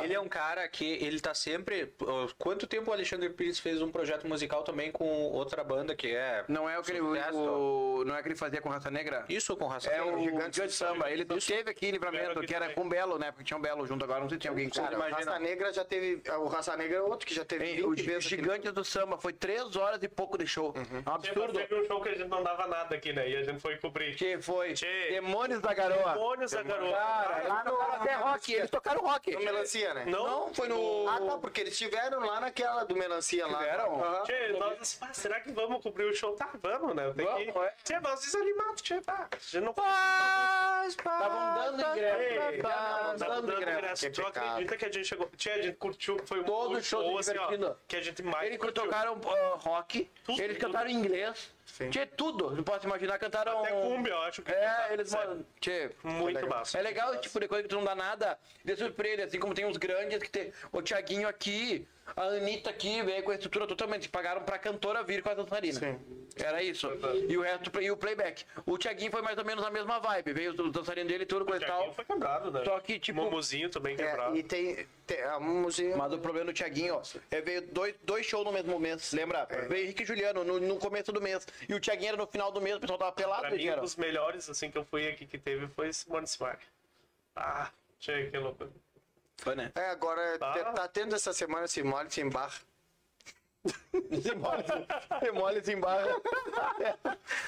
S1: E ele
S6: *laughs*
S1: é um cara que ele tá sempre. Ó, Quanto tempo o Alexandre Pires fez um projeto musical também com outra banda que é.
S4: Não é o que ele,
S1: Sucesso.
S4: o, não é o que ele fazia com Raça Negra?
S1: Isso com raça.
S4: É o
S3: Gigante
S4: Gigante Samba. Ele teve aqui em
S2: Tiveram
S4: Livramento,
S2: aqui
S4: que era
S2: também.
S4: com Belo, né? Porque tinha um Belo junto agora, não sei se tinha alguém com
S3: Cara, o Raça Negra já teve. O Raça Negra é outro que já teve.
S4: Tem
S3: 20
S4: O
S3: vezes aqui.
S4: Gigante do Samba foi três horas e pouco de show. É um absurdo.
S2: teve um show que a gente não dava nada aqui, né? E a gente foi cobrir.
S4: Que foi
S2: Che.
S4: Demônios da Garoa.
S2: Demônios da Garoa.
S4: Cara, lá no até rock, eles tocaram rock.
S3: No Melancia, né?
S2: Não,
S4: Não, foi no.
S3: Ah, tá, porque eles estiveram lá naquela do Melancia lá.
S4: Tiveram?
S3: Aham.
S2: Tchê, nós, ah, será que vamos cobrir o show? Tá, vamos, né? Tem
S4: Vamos,
S2: que...
S4: é.
S2: Tchê, nós desanimados, tchê, tá. A gente não
S3: Ah,
S4: Estavam dando ingresso.
S2: Ei, Tá
S4: Estavam dando
S2: dando
S4: ingresso.
S2: ingresso.
S3: Que
S2: Tu
S3: pecado.
S2: acredita que a gente chegou. Tia, a gente curtiu. Foi um
S4: Todo
S2: um
S4: show se divertindo.
S2: que a gente mais.
S4: Eles
S2: curtiu.
S4: tocaram ah, rock,
S2: Tudo,
S4: eles
S2: tudo.
S4: cantaram em inglês, Tinha tudo, não posso imaginar, cantaram...
S2: Até cumbia, eu acho que tá
S4: É,
S2: cantaram,
S4: eles...
S2: sério.
S4: mo- Tchê,
S2: Muito massa.
S4: é legal esse tipo de coisa que tu não dá nada, de surpresa, assim como tem uns grandes que tem o Thiaguinho aqui, a Anitta aqui, veio com a estrutura totalmente, pagaram pra cantora vir com a dançarina. Era isso. E o resto, e o playback. O Thiaguinho foi mais ou menos a mesma vibe, veio os dançarinos dele, tudo, coisa e
S2: Thiaguinho
S4: tal.
S2: É, foi quebrado, né?
S4: Só que, tipo-
S2: Mumuzinho também quebrado.
S3: É, e tem, tem a música.
S6: Mas o problema do Thiaguinho, ó, é veio dois, dois shows no mesmo mês, lembra? Veio Henrique e Juliano no, no começo do mês. E o Thiaguinho era no final do mês, o pessoal tava pelado. né?
S2: Pra mim, um
S6: dinheiro.
S2: dos melhores, assim, que eu fui aqui que teve foi Simone Simac. Ah, chega que
S4: *laughs*
S2: loucura.
S6: Foi, né?
S3: É, agora
S2: Ah.
S3: te- tá tendo essa semana Simone Simbar.
S6: Mole em barra.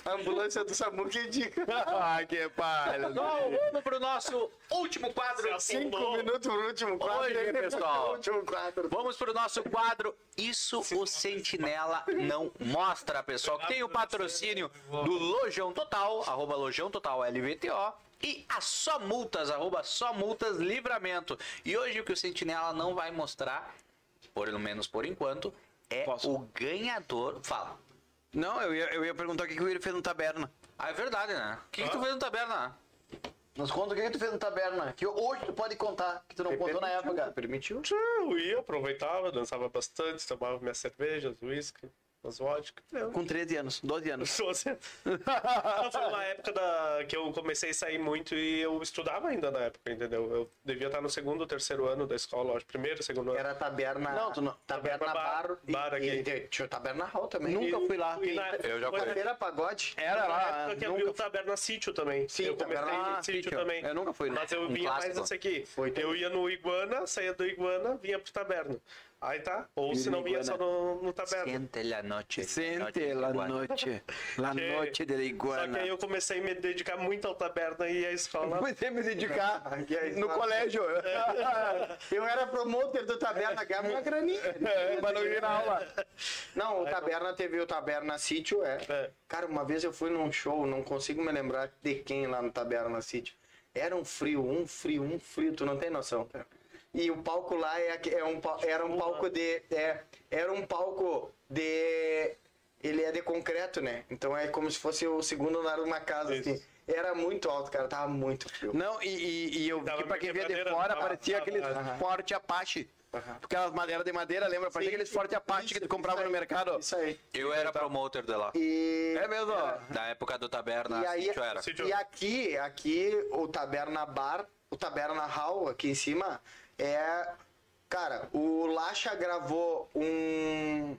S3: A ambulância do SAMU que indica.
S6: ah, que palha.
S1: Então, vamos pro nosso último quadro.
S2: Assim,
S3: Um minuto pro último quadro.
S1: Hoje, pessoal.
S3: *laughs* último quadro.
S1: Vamos pro nosso quadro Isso o Sentinela não mostra, pessoal. Que tem o patrocínio do Lojão Total, arroba Lojão Total LVTO. E a Só Multas, arroba Só Multas Livramento. E hoje o que o Sentinela não vai mostrar, pelo menos por enquanto, é o ganhador. Fala.
S4: Não, eu ia, eu ia perguntar o que, que o Yuri fez no taberna.
S1: Ah, é verdade, né? O que,
S4: Ah.
S1: que tu fez no taberna?
S6: Nos conta o que, que tu fez no taberna. Que hoje tu pode contar, que tu não contou na época.
S3: Permitiu?
S2: Eu ia, aproveitava, dançava bastante, tomava minhas cervejas, uísque, umas vodka. Eu
S4: Com 13 anos, 12 anos.
S2: sou assim. *laughs* Foi uma época da... que eu comecei a sair muito e eu estudava ainda na época, entendeu? Eu devia estar no segundo ou terceiro ano da escola, acho, primeiro, segundo ano.
S3: Era taberna.
S4: Não, tu não-
S3: Taberna,
S2: Taberna Bar-
S3: Barro. e-
S2: Bar aqui.
S3: e, e tinha o Taberna Hall também.
S4: Nunca
S2: E-
S4: fui lá.
S2: e na-
S1: Eu já
S2: foi na
S1: fui.
S3: Feira Pagode.
S4: Era
S2: Na
S4: lá,
S2: época que
S4: nunca
S2: abriu o Taberna Sítio também.
S3: Sim,
S2: eu comecei
S3: Taberna
S2: no Sítio
S4: Sítio.
S2: também.
S4: Eu nunca fui, né?
S2: Mas eu
S1: Um
S2: vinha mais
S1: clássico.
S2: nesse aqui.
S3: Foi
S2: eu ia no Iguana, saía do Iguana, vinha pro Taberna. Aí tá. Ou se não vinha só no, no Taberna.
S1: Sente la noche.
S4: Sente la noite, la
S2: Que-
S4: noite de
S2: Só que
S4: iguana.
S2: aí eu comecei a me dedicar muito ao Taberna e à escola.
S6: Comecei a me dedicar
S3: E aí,
S6: no
S3: tá.
S6: colégio.
S3: *laughs* Eu era promotor do Taberna, ganhava
S6: *laughs*
S3: uma graninha. É,
S6: É, Mas não ia na aula. É.
S3: Não, o Taberna teve o Taberna Sítio, é.
S2: É.
S3: Cara, uma vez eu fui num show, não consigo me lembrar de quem lá no Taberna Sítio. Era um frio, um frio, um frio, tu não tem noção, cara. E o palco lá é, aque- é um, pa- era um palco de. é, era um palco de. Ele é de concreto, né? Então é como se fosse o segundo andar de uma casa, assim. Era muito alto, cara, tava muito frio.
S4: Não, e, e, e eu
S2: Tava
S4: vi pra quem via de
S2: quebradeira,
S4: fora,
S2: tava-
S4: parecia
S2: tava-
S4: aqueles
S2: Aham.
S4: forte Apache. Porque elas madeiras de madeira, lembra? Parecia aqueles forte Apache que tu comprava no mercado.
S3: Isso aí.
S1: Eu era promotor de lá.
S3: E.
S4: É mesmo, ó.
S1: Da época do
S4: Ah,
S1: taberna,
S3: E aí,
S1: eu era.
S2: Sítio.
S3: e aqui, aqui, o Taberna Bar, o Taberna Hall, aqui em cima, é. Cara, o Lacha gravou um.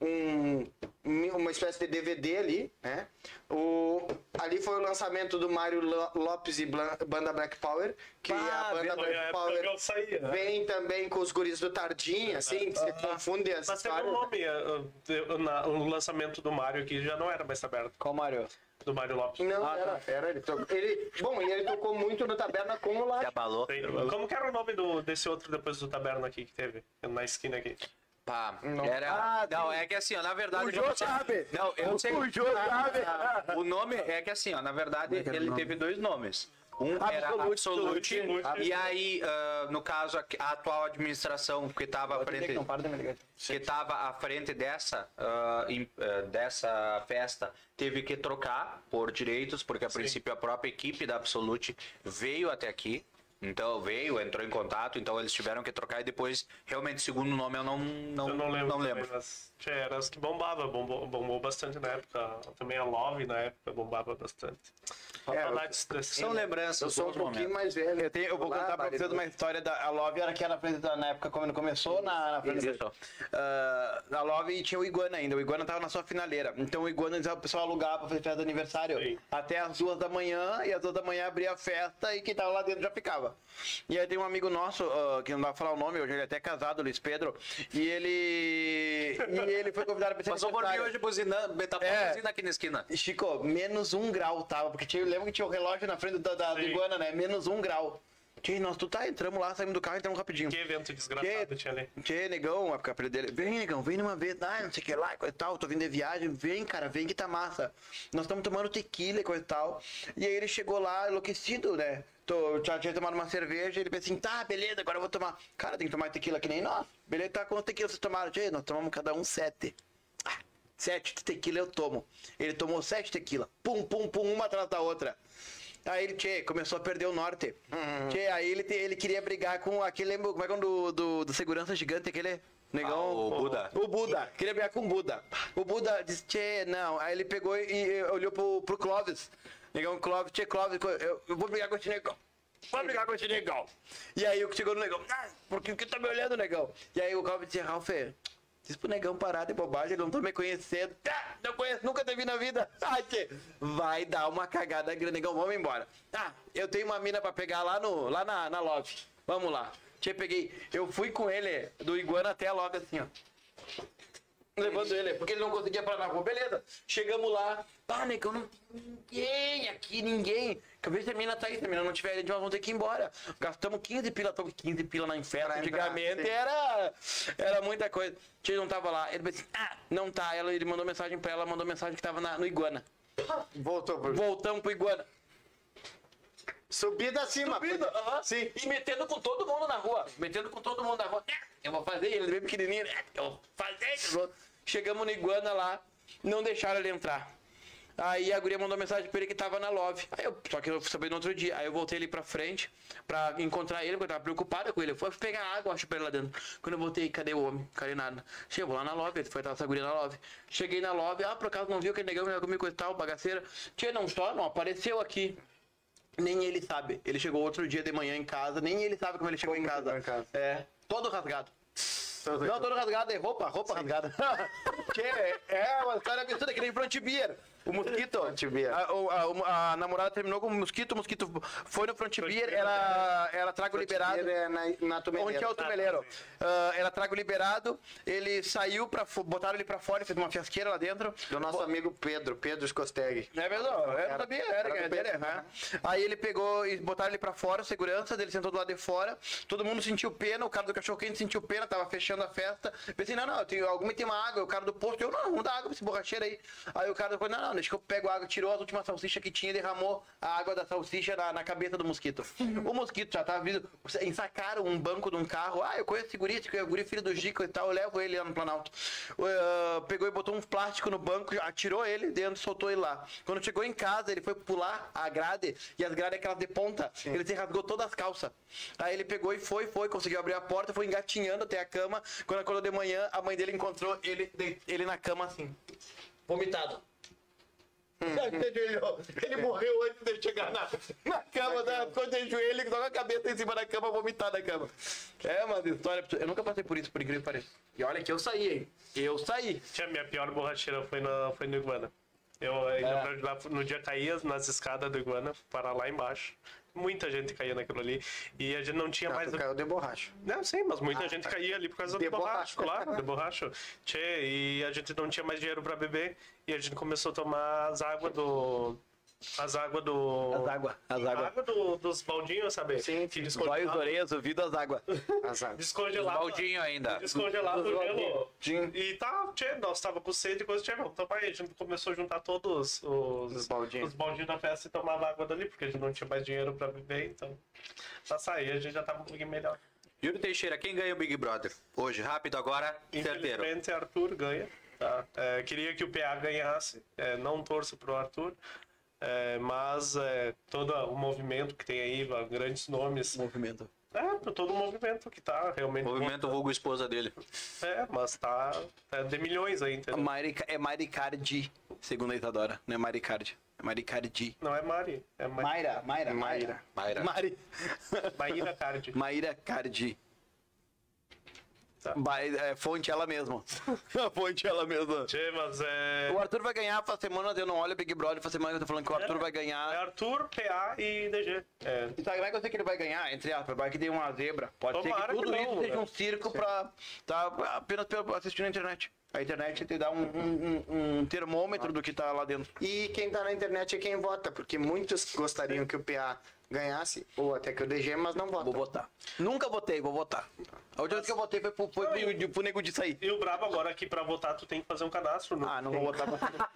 S3: um uma espécie de DVD ali, né? O, ali foi o lançamento do Mário Lo- Lopes e Blan- Banda Black Power, que
S4: Ah,
S2: Foi
S3: a Banda
S2: a
S3: Black
S2: época que
S3: Power
S2: eu saía. né?
S3: vem também com os guris do Tardinha, assim, que se confunde as
S2: Ah, Mas teve um
S3: histórias.
S2: nome. eu- eu- na- O lançamento do Mário aqui já não era mais Taberna.
S6: Qual, Mário?
S2: Do Mário Lopes.
S3: Não, era, era, ele tocou. Ele, bom, e ele tocou muito no Taberna com o
S1: Se
S3: Lacha.
S1: abalou.
S2: Como que era o nome do- desse outro depois do Taberna aqui que teve? Na esquina aqui.
S1: Pá, era. não, é que assim, ó, na verdade.
S6: Ah, O
S1: eu já
S6: Jô
S1: vou-
S6: sabe.
S1: Não, eu sei.
S6: O Jô sabe.
S1: O nome é que assim, ó, na verdade, ele teve dois nomes. Um era
S6: Absolute,
S1: Absolute,
S2: Absolute.
S1: e aí, ah, no caso, a, a atual administração que estava à frente, que tava à frente dessa, ah, em- ah, dessa festa teve que trocar por direitos, porque a princípio a própria equipe da Absolute veio até aqui. Então veio, entrou em contato, então eles tiveram que trocar e depois, realmente, segundo nome, eu não, não,
S2: Eu não lembro.
S1: Não
S2: também,
S1: lembro.
S2: mas, tchê, era as que bombava, bombou, bombou bastante na época. Também a Love na época bombava bastante. Saudades desse-
S1: São lembranças.
S3: Eu sou um
S1: bons
S3: pouquinho
S1: momentos.
S3: mais velho.
S6: Eu, tenho, eu vou
S3: Olá,
S6: contar pra vocês
S3: Barilo.
S6: uma história da a Love, era que era na frente da, na época quando começou na, na frente
S1: Isso.
S6: Ah, a Love tinha o Iguana ainda, o Iguana tava na sua finaleira. Então o Iguana o pessoal alugava pra fazer festa de aniversário
S2: Sim.
S6: até as duas da manhã, e às duas da manhã abria a festa e quem tava lá dentro já ficava. E aí tem um amigo nosso, ah, que não dá pra falar o nome, hoje ele é até casado, Luiz Pedro, e ele. e ele foi convidado pra esse
S1: Passou por mim
S6: aniversário.
S1: hoje buzinando, metapó
S6: É.
S1: buzina aqui na esquina.
S6: Chico, menos um grau tava, porque tinha, lembra que tinha o relógio na frente da, da do
S2: Sim.
S6: iguana, né? Menos um grau. Tchê, nós tu tá, entramos lá, saímos do carro, entramos rapidinho.
S2: Que evento desgraçado
S6: Tchê,
S2: tinha ali.
S6: Tchê, negão, a capela dele. Vem, negão, vem numa vez. Ah, não sei o que lá, coisa e tal. Tô vindo de viagem. Vem, cara, vem que tá massa. Nós estamos tomando tequila e coisa e tal. E aí ele chegou lá enlouquecido, né? Tô, já tinha tomado uma cerveja. Ele pensou assim, tá, beleza, agora eu vou tomar. Cara, tem que tomar tequila que nem nós. Beleza, tá, quanto tequila vocês tomaram? Tchê, nós tomamos cada um sete. Ah,
S4: Sete tequila eu tomo. Ele tomou sete tequila. Pum, pum, pum, uma atrás da outra. Aí ele, tchê, começou a perder o norte.
S1: Hum.
S4: Tchê, aí ele, te- ele queria brigar com aquele. Como é que é o do, do, do segurança gigante, aquele negão?
S1: Ah, o Buda.
S4: O Buda. Queria brigar com o Buda. O Buda disse, tchê, não. Aí ele pegou e, e olhou pro, pro Clóvis. Negão Clóvis, tchê, Clóvis, co- eu, eu vou brigar com esse negão. Vou brigar com esse negão. E aí o que chegou no negão, ah, por que que tá me olhando, negão? E aí o Clóvis disse, Ralf, diz pro negão parar de bobagem, ele não tá me conhecendo. Ah, não conheço, nunca te vi na vida. *laughs* Ah, tchê, vai dar uma cagada grande, negão, vamos embora. Ah, eu tenho uma mina pra pegar lá, no, lá na, na lobby. Vamos lá. Tchê, peguei. Eu fui com ele do Iguana até a lobby, assim, ó levando ele, porque ele não conseguia parar na rua. Beleza, chegamos lá. Pá, negão, não tem ninguém aqui, ninguém. Talvez a mina tá aí, se a mina não tiver, nós vamos ter que ir embora. Gastamos 15 pila, tô com 15 pila na inferno. Antigamente era, era muita coisa. Tia não tava lá. Ele disse, ah, não tá. Ela, ele mandou mensagem pra ela, mandou mensagem que tava na- no Iguana.
S3: Voltou pro.
S4: Voltamos pro Iguana.
S3: Subida acima.
S4: Subindo, aham.
S3: Sim.
S4: E metendo com todo mundo na rua. Metendo com todo mundo na rua. Né, Eu vou fazer, ele é bem pequenininho. né, Eu vou fazer. eu vou. Chegamos no Iguana lá, não deixaram ele entrar. Aí a guria mandou mensagem pra ele que tava na Love. Aí eu, só que eu fui saber no outro dia. Aí eu voltei ali pra frente pra encontrar ele, porque eu tava preocupada com ele. Eu fui pegar água, acho pra ele lá dentro. Quando eu voltei, cadê o homem? Cadê nada? Chegou lá na Love, ele foi tava essa guria na Love. Cheguei na Love, ah, por acaso não viu aquele negão que tava comigo e tal, bagaceira. Tinha não só, não apareceu aqui. Nem ele sabe. Ele chegou outro dia de manhã em casa, nem ele sabe como ele chegou em casa.
S3: chegou em casa?
S4: É, todo rasgado. Não, todo rasgado, é roupa, roupa
S3: *laughs*
S4: rasgada. Tchê, é uma história absurda, que nem front beer. O mosquito.
S3: Front beer.
S4: A, o- a- o- a namorada terminou com o mosquito, o mosquito foi no front, beer, era, era trago liberado.
S3: É na, na
S4: Onde que é o Tumeleiro? Ah, era trago liberado, ele saiu, pra, fo- botaram ele pra fora, fez uma fiasqueira lá dentro.
S3: Do nosso amigo Pedro, Pedro Scosteg.
S4: É mesmo? Eu não sabia, era,
S3: era
S4: era
S3: do
S4: dele,
S3: Pedro,
S4: né? Aí ele pegou e botaram ele pra fora, segurança, ele sentou do lado de fora, todo mundo sentiu pena, o cara do cachorro quente sentiu pena, tava fechando a festa. Pensei, não, não, eu tenho, alguma tem uma água, o cara do posto, eu, não, vamos dar água pra esse borracheiro aí. Aí o cara falou, não, não, deixa que eu pego a água, tirou as últimas salsichas que tinha e derramou a água da salsicha na, na cabeça do *laughs* mosquito. o mosquito já tava vindo, ensacaram um banco de um carro, ah, eu conheço esse guri, esse guri é filho do Gico e tal, eu levo ele lá no Planalto. Ah, pegou e botou um plástico no banco, atirou ele dentro, soltou ele lá. Quando chegou em casa, ele foi pular a grade, e as grades é aquelas de ponta, ele se rasgou todas as calças. Aí ele pegou e foi, foi, conseguiu abrir a porta, foi engatinhando até a cama. Quando acordou de manhã, a mãe dele encontrou ele, de- ele na cama assim, vomitado. Ele morreu antes de chegar na, na cama, da, ficou de joelho, com a cabeça em cima da cama, vomitado na cama. É, mano, história. absurda. Eu nunca passei por isso, por incrível que pareça. E olha que eu saí, hein? Eu saí.
S2: Tinha minha pior borracheira foi, na, foi no Iguana. Eu ainda pra ajudar, no dia caía nas escadas do Iguana, para lá embaixo. Muita gente caía naquilo ali. E a gente não tinha mais.
S3: Ah, Tu caiu de borracha.
S2: Não, sim, mas muita gente caía ali por causa
S3: De
S2: do borracho,
S3: borracha. *laughs*
S2: claro, do borracho. Tchê, e a gente não tinha mais dinheiro pra beber. E a gente começou a tomar as águas do. As águas do.
S4: As águas, as
S2: A
S4: águas.
S2: água do- dos baldinhos, sabe? Sim, que
S4: Zóio,
S2: descongelava.
S4: orelhas, ouvido, as águas.
S3: Azar.
S2: Descongelava.
S1: Baldinho ainda.
S2: Descongelado o gelo. E tá, tchê, nós tava com sede e coisa, tchê, vamos tomar aí. A gente começou a juntar todos os,
S3: Os baldinhos.
S2: os baldinhos da festa e tomava água dali, porque a gente não tinha mais dinheiro pra beber, então. Pra sair, a gente já tava um pouquinho melhor.
S1: Júlio Teixeira, quem ganha o Big Brother? Hoje, rápido agora, certeiro.
S2: Infelizmente, Arthur ganha. Tá? É, queria que o PA ganhasse. É, não torço pro Arthur. É, mas é, todo o movimento que tem aí, grandes nomes.
S4: Movimento.
S2: É, todo o movimento que tá realmente.
S1: Movimento vulgo esposa dele.
S2: É, mas tá, tá de milhões aí, entendeu?
S4: Marica, é Maricardi, segundo a Isadora. Não é Maricardi. É Maricardi.
S2: Não é Mari, é Ma
S4: Mayra, Mayra, Mayra.
S1: Mayra.
S4: Mari.
S2: Maíra Cardi.
S4: Maíra Cardi.
S2: Tá.
S4: Ba- é, fonte ela mesma. *laughs* fonte ela mesma.
S2: Tchê, mas é.
S4: O Arthur vai ganhar, faz semanas eu não olho Big Brother, faz semana que eu tô falando que o Arthur vai
S2: É
S4: ganhar.
S2: Arthur, PA e DG. É.
S4: E sabe como é que eu sei que ele vai ganhar? Entre aspas, vai que dê uma zebra. Pode ser
S2: Tomara
S4: que
S2: que
S4: tudo
S2: não,
S4: isso seja
S2: né?
S4: um circo pra. Tá apenas pelo- assistindo a internet. A internet te dá um, um- um- um termômetro do que tá lá dentro.
S3: E quem tá na internet é quem vota, porque muitos gostariam que o PA ganhasse, ou até que o DG, mas não
S4: Vou
S3: votam.
S4: votar. Nunca votei, vou votar. A última vez que eu votei foi pro, foi pro, pro nego disso aí.
S2: E o Brabo agora aqui pra votar, tu tem que fazer um cadastro no,
S4: Ah, não vou
S2: *laughs*
S4: votar.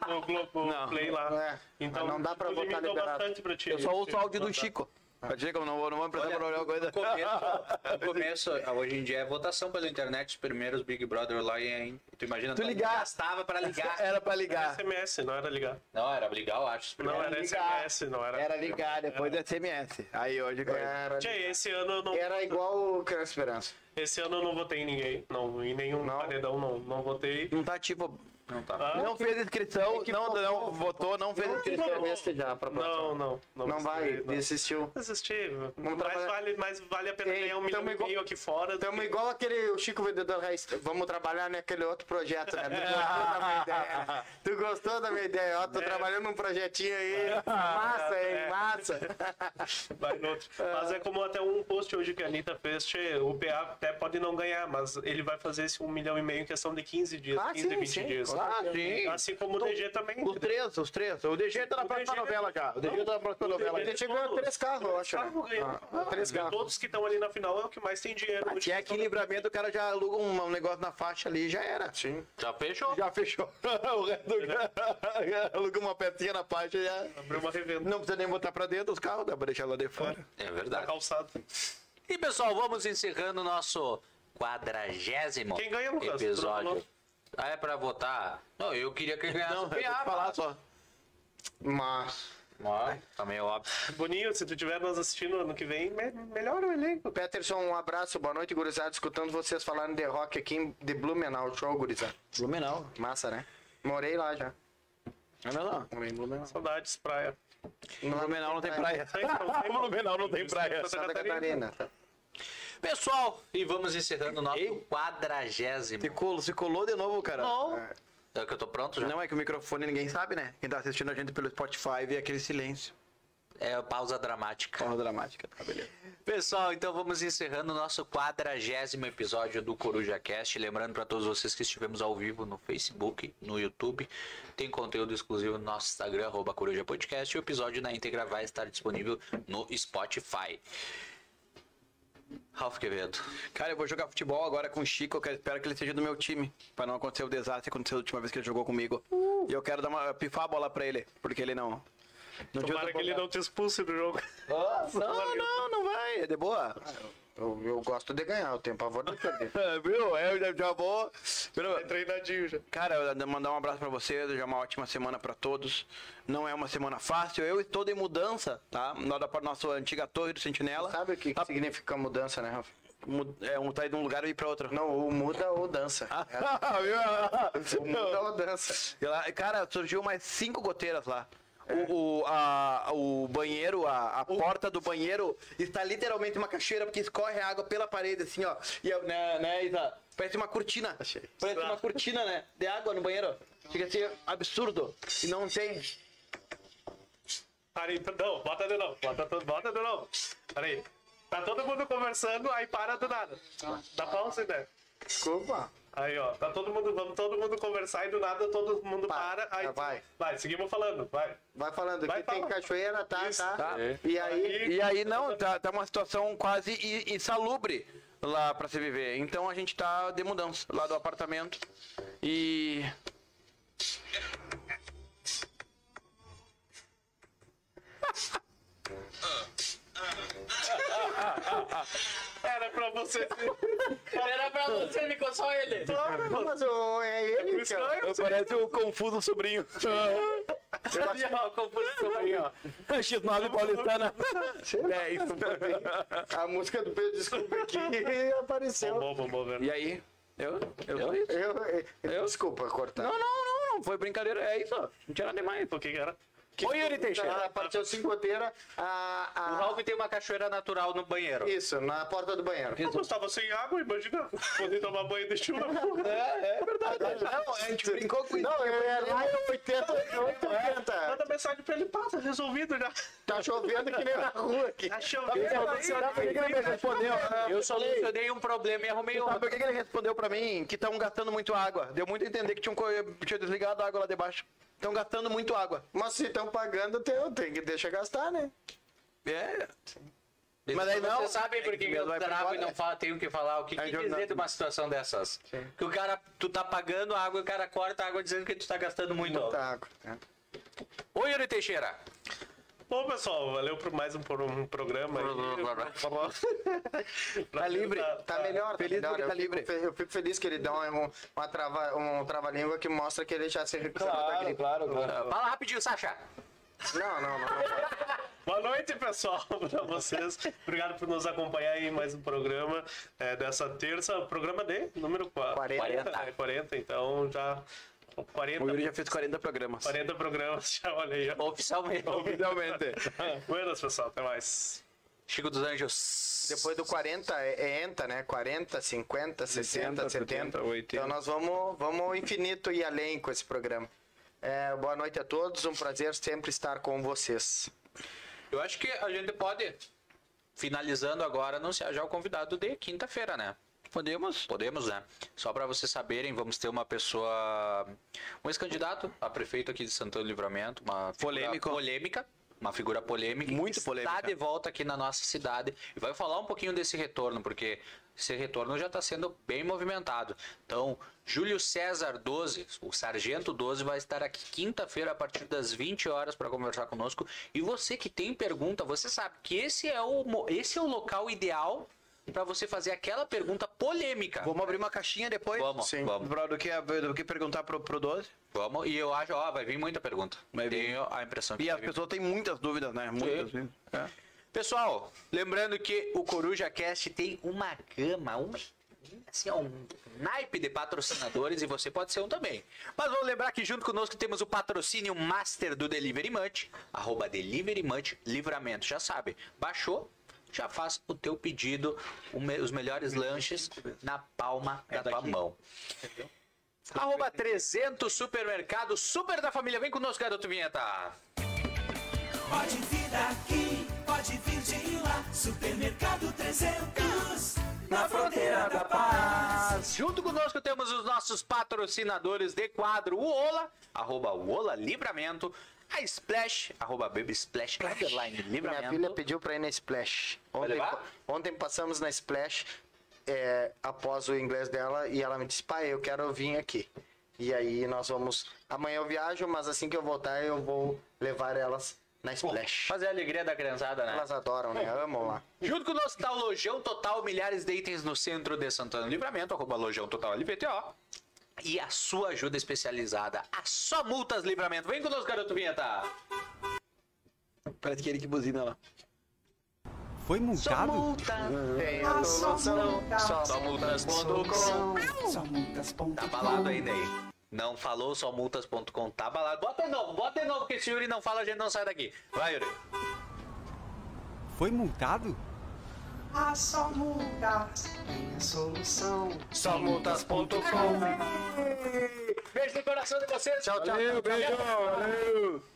S2: no Globo Play lá.
S3: É, mas não dá pra
S2: tu
S3: votar
S2: limitou
S3: liberado.
S2: bastante pra ti.
S4: Eu só ouço o áudio do
S2: Não dá.
S4: Chico. Partilha como não, vou- não vamos prestar pra olhar
S1: no,
S4: alguma coisa.
S1: no
S4: *laughs*
S1: começo, no começo, hoje em dia é votação pela internet, os primeiros Big Brother lá em. Tu imagina? Tu
S4: ligar.
S1: Gastava pra ligar.
S4: Era pra ligar.
S2: SMS, não era ligar.
S1: Não, era ligar, eu acho. os
S2: Não
S1: primeiros.
S2: era,
S3: ligar.
S2: SMS, não era.
S4: Era ligar, depois do SMS. Aí hoje. coisa.
S3: Era,
S2: Tchê, esse ano eu não.
S3: era igual o Criança Esperança.
S2: Esse ano eu não votei em ninguém. Não, em nenhum
S3: Não?
S2: paredão não, não votei.
S4: Não tá tipo.
S1: Não tá.
S2: Ah,
S4: Não fez inscrição, não, não votou, não fez inscrição.
S3: Entrevista já pra
S2: não, não. Não,
S3: Não vai,
S2: gostei, não.
S3: desistiu.
S2: Desistir. Mais
S3: trabalhar.
S2: vale, mais vale a pena
S3: Ei,
S2: ganhar um
S3: tamo
S2: milhão e
S3: igual-
S2: meio aqui fora. do
S3: Tamo
S2: que-
S3: igual aquele o Chico Vendedor Raiz. Vamos trabalhar naquele outro projeto, né? Tu gostou da minha ideia? Tu gostou da minha ideia? Ó, tô trabalhando num projetinho aí. Massa, hein?
S2: É.
S3: Massa.
S2: Vai no outro. Mas é como até um post hoje que a Anitta fez, tchê, o PA até pode não ganhar, mas ele vai fazer esse um milhão e meio em questão de 15 dias,
S3: Ah,
S2: 15,
S3: sim,
S2: 20
S3: sim,
S2: dias.
S3: claro.
S4: Ah, sim. Então,
S2: Assim como o DG também.
S4: Os três, os três. O DG tá na
S2: O é
S4: próxima
S2: DG
S4: novela já. O DG tá na próxima
S2: é
S4: novela.
S3: Ele chegou a três carros, eu acho. né?
S2: Carro ganhando.
S3: Ah, três carros.
S2: Todos que estão ali na final é o que mais tem dinheiro. né?
S4: Se é que em livramento, o cara já aluga um, um negócio na faixa ali e já era. Sim.
S1: Já fechou?
S4: Já fechou. *laughs* o resto do cara *laughs* aluga uma pecinha na faixa e já.
S2: Abriu uma revenda.
S4: Não precisa nem botar pra dentro os carros, dá pra deixar lá de fora.
S1: É verdade.
S2: Calçado.
S1: E pessoal, vamos encerrando o nosso quadragésimo
S2: Quem ganha, Lucas? Tu não
S1: episódio.
S2: falou.
S1: Ah, é pra votar? Não, eu queria que ganhasse o
S4: Não, eu vou te
S1: PA.
S4: falar só.
S3: Mas.
S1: Ó, Tá meio óbvio.
S2: Boninho, se tu tiver nos assistindo ano que vem, me- melhora o elenco.
S3: Peterson, um abraço, boa noite, gurizada. Escutando vocês falarem de rock aqui em de Blumenau. Show, gurizada.
S4: Blumenau.
S3: Massa, né? Morei lá já.
S4: Não, não.
S3: Morei em Blumenau.
S2: Saudades, praia.
S4: Blumenau não tem praia.
S2: Tem, não tem.
S4: Blumenau não tem praia.
S3: Santa Catarina.
S1: Pessoal, e vamos encerrando o nosso quadragésimo.
S4: Se colou, se colou de novo, cara.
S1: Não. É que eu tô pronto já?
S4: Não é que o microfone ninguém sabe, né? Quem tá assistindo a gente pelo Spotify vê aquele silêncio.
S1: É pausa dramática.
S4: Porra dramática, tá beleza.
S1: Pessoal, então vamos encerrando o nosso quadragésimo episódio do Coruja Cast. Lembrando para todos vocês que estivemos ao vivo no Facebook, no YouTube. Tem conteúdo exclusivo no nosso Instagram, arroba Coruja Podcast. E o episódio na íntegra vai estar disponível no Spotify. Ralf Quevedo.
S4: Cara, eu vou jogar futebol agora com o Chico, que eu espero que ele seja do meu time. Pra não acontecer o desastre que aconteceu a última vez que ele jogou comigo. E eu quero dar uma pifar a bola pra ele, porque ele não. Não tinha
S2: Tomara
S4: outra
S2: que ele
S4: bola.
S2: não te expulse do jogo.
S4: Não, não, não vai, é de boa.
S3: Eu, eu gosto de ganhar, eu tenho pavor de perder.
S4: É, viu? É, já, já vou. Viu?
S2: Treinadinho já.
S4: Cara, eu vou mandar um abraço pra vocês, já uma ótima semana pra todos. Não é uma semana fácil, eu estou de mudança, tá? Lá da nossa antiga torre do Sentinela.
S3: Sabe o que, que significa mudança, né, Rafa?
S4: Mu- É um tá indo de um lugar e ir
S3: *laughs*
S4: pra outro.
S3: Não, ou muda ou *laughs* dança.
S4: Viu?
S3: Ou muda ou dança.
S4: E lá- cara, surgiu mais cinco goteiras lá. O, o, a- o banheiro, a, a porta do banheiro está literalmente uma cachoeira, porque escorre água pela parede, assim, ó. E, eu- né, né, Isa? Parece uma cortina. Parece uma cortina, né? De água no banheiro. Chega a ser absurdo. E não tem.
S2: Para aí, não, bota de novo, bota, to- bota de novo. Para aí. Tá todo mundo conversando, aí para do nada. Dá pausa, né?
S3: Desculpa.
S2: Aí, ó, tá todo mundo, vamos todo mundo conversar e do nada todo mundo
S3: Para,
S2: para. aí,
S3: vai.
S2: Vai, seguimos falando, vai.
S3: Vai falando, aqui
S2: Vai
S3: tem
S2: falando.
S3: cachoeira, tá,
S2: Isso,
S3: tá.
S4: tá.
S3: E aí,
S4: E aí, não, tá, tá uma situação quase i- insalubre lá pra se viver. Então a gente tá de mudança lá do apartamento. E.
S2: Era pra você.
S9: Era pra você, ficou só ele.
S3: Não, mas o- é ele,
S2: Isso
S3: cara.
S2: não é
S4: Parece o um confuso sobrinho.
S2: né?
S4: X9 paulistana.
S3: É, isso foi- A música do Pedro Desculpa aqui apareceu.
S2: Bom, bom, né? bom, velho.
S4: E aí? Eu? Eu? sou isso.
S3: Eu, Desculpa cortar.
S4: Não, não, não, não. Foi brincadeira. É isso. ó. Não tinha nada demais.
S2: O que que era?
S4: Oi, Yuri Teixeira.
S3: Na parte cinco goteira, a, a-
S1: O Ralf tem uma cachoeira natural no banheiro.
S3: Isso, na porta do banheiro.
S2: Eu estava sem água, imagina. Poder tomar banho de chuva.
S4: É, é verdade. Não, a gente brincou com isso.
S3: Não, eu era lá em 80, 80, 80.
S2: Manda mensagem pra ele, passa, resolvido já.
S3: Tá chovendo que nem na rua aqui.
S2: Tá chovendo.
S4: Sabe por que que ele me respondeu?
S1: Eu solucionei um problema e arrumei
S4: é, Sabe
S1: outro.
S4: por que que ele respondeu pra mim que estavam gastando muito água? Deu muito a entender que tinham co- tinha desligado a água lá debaixo. Estão gastando muito água.
S3: Mas se estão pagando, tem, tem que deixar gastar, né?
S4: É. Mas aí não.
S1: Vocês sabem por
S4: É
S1: que
S4: que
S1: eu
S4: vai pra
S1: travo e
S4: fora,
S1: não
S4: é.
S1: falo, tenho que falar o que, que
S4: Aí joga-
S1: dizer de uma situação dessas? Que o cara, tu tá pagando água e o cara
S4: tá.
S1: corta a água dizendo que tu tá gastando muito.
S3: Tá, né?
S1: Oi, Yuri Teixeira.
S2: Bom, pessoal, valeu por mais um, por um programa. aí.
S6: Tá livre.
S3: Tá melhor,
S6: Feliz
S3: tá
S6: porque tá
S3: melhor. eu, fico,
S6: livre.
S3: fe- eu fico feliz que ele dá um, uma trava, um trava-língua que mostra que ele já se recuperou da gripe.
S6: claro, claro.
S1: Fala rapidinho, Sasha.
S3: Não, não, não.
S2: *laughs* Boa noite, pessoal, *laughs* pra vocês. Obrigado por nos acompanhar em mais um programa é, dessa terça. Programa de número 4.
S3: 40.
S2: 40, né? 40 então já... 40,
S6: O Yuri já fez 40 programas.
S2: 40 programas, *laughs* já olha aí. ó.
S1: Oficialmente.
S6: Oficialmente.
S2: *laughs* Buenas, pessoal, até mais.
S1: Chico dos Anjos.
S3: Depois do 40 é, é enta, né? 40, 50, 60,
S6: 80,
S3: 70.
S6: 80.
S3: Então nós vamos, vamos ao infinito e além com esse programa. É, boa noite a todos, um prazer sempre estar com vocês.
S1: Eu acho que a gente pode, finalizando agora, anunciar já o convidado de quinta-feira, né? Podemos. Podemos, né? Só para vocês saberem, vamos ter uma pessoa, um ex-candidato a prefeito aqui de Santana do Livramento, uma figura
S6: Polêmico.
S1: polêmica, uma figura polêmica,
S6: Muito
S1: que
S6: polêmica.
S1: está de volta aqui na nossa cidade e vai falar um pouquinho desse retorno, porque esse retorno já está sendo bem movimentado. Então, Júlio César 12, o Sargento 12, vai estar aqui quinta-feira a partir das 20 horas para conversar conosco. E você que tem pergunta, você sabe que esse é o, mo- esse é o local ideal para você fazer aquela pergunta polêmica.
S6: Vamos abrir uma caixinha depois?
S1: Vamos,
S3: Sim.
S1: vamos,
S6: Pra- Do que, do que perguntar pro, pro 12?
S1: vamos. E eu acho, ó, vai vir muita pergunta.
S6: Vai vir.
S1: Tenho a impressão que
S6: E
S1: vai
S6: as
S1: vir.
S6: pessoas têm muitas dúvidas, né? Muitas.
S1: Sim.
S6: né? É.
S1: Pessoal, lembrando que o Coruja Cast tem uma gama, uma assim, ó, um naipe de patrocinadores e você pode ser um também. Mas vamos lembrar que junto conosco temos o patrocínio master do Delivery Munch, arroba Delivery Munch Livramento, já sabe. Baixou, já faz o teu pedido, o me- os melhores lanches na palma da tua mão. Arroba 300 Supermercado, super da família. Vem conosco, garoto vinheta.
S8: Pode vir daqui, pode vir de lá. Supermercado 300, na fronteira da paz.
S1: Junto conosco temos os nossos patrocinadores de quadro, o Ola, arroba Ola Livramento, a Splash, arroba Baby Splash, underline
S3: Minha filha
S1: Livramento.
S3: pediu pra ir na Splash. Ontem,
S1: levar?
S3: ontem passamos na Splash é, após o inglês dela e ela me disse: pai, eu quero vir aqui. E aí nós vamos. Amanhã eu viajo, mas assim que eu voltar, eu vou levar elas na Splash.
S1: Fazer a alegria da criançada, né?
S3: Elas adoram, né? Amam lá.
S1: Junto conosco tá o Lojão Total, milhares de itens no centro de Santana do Livramento, arroba Lojão Total LVTO. E a sua ajuda especializada, a Só Multas Livramento. Vem conosco, garoto Vinheta.
S6: Parece que ele que buzina lá.
S10: Foi multado?
S3: Tem a solução.
S1: Só Multas.com.
S8: Só muitas pontas.
S1: Tá balado aí, Ney. Não falou, só multas.com. Tá balado. Bota de novo, bota de novo, que se o Yuri não fala, a gente não sai daqui. Vai, Yuri.
S10: Foi multado?
S8: Ah, só mudas. Tem a solução.
S3: Só multas.com.
S1: Beijo no coração de vocês.
S3: Tchau, tchau. Valeu, beijo.
S6: Valeu!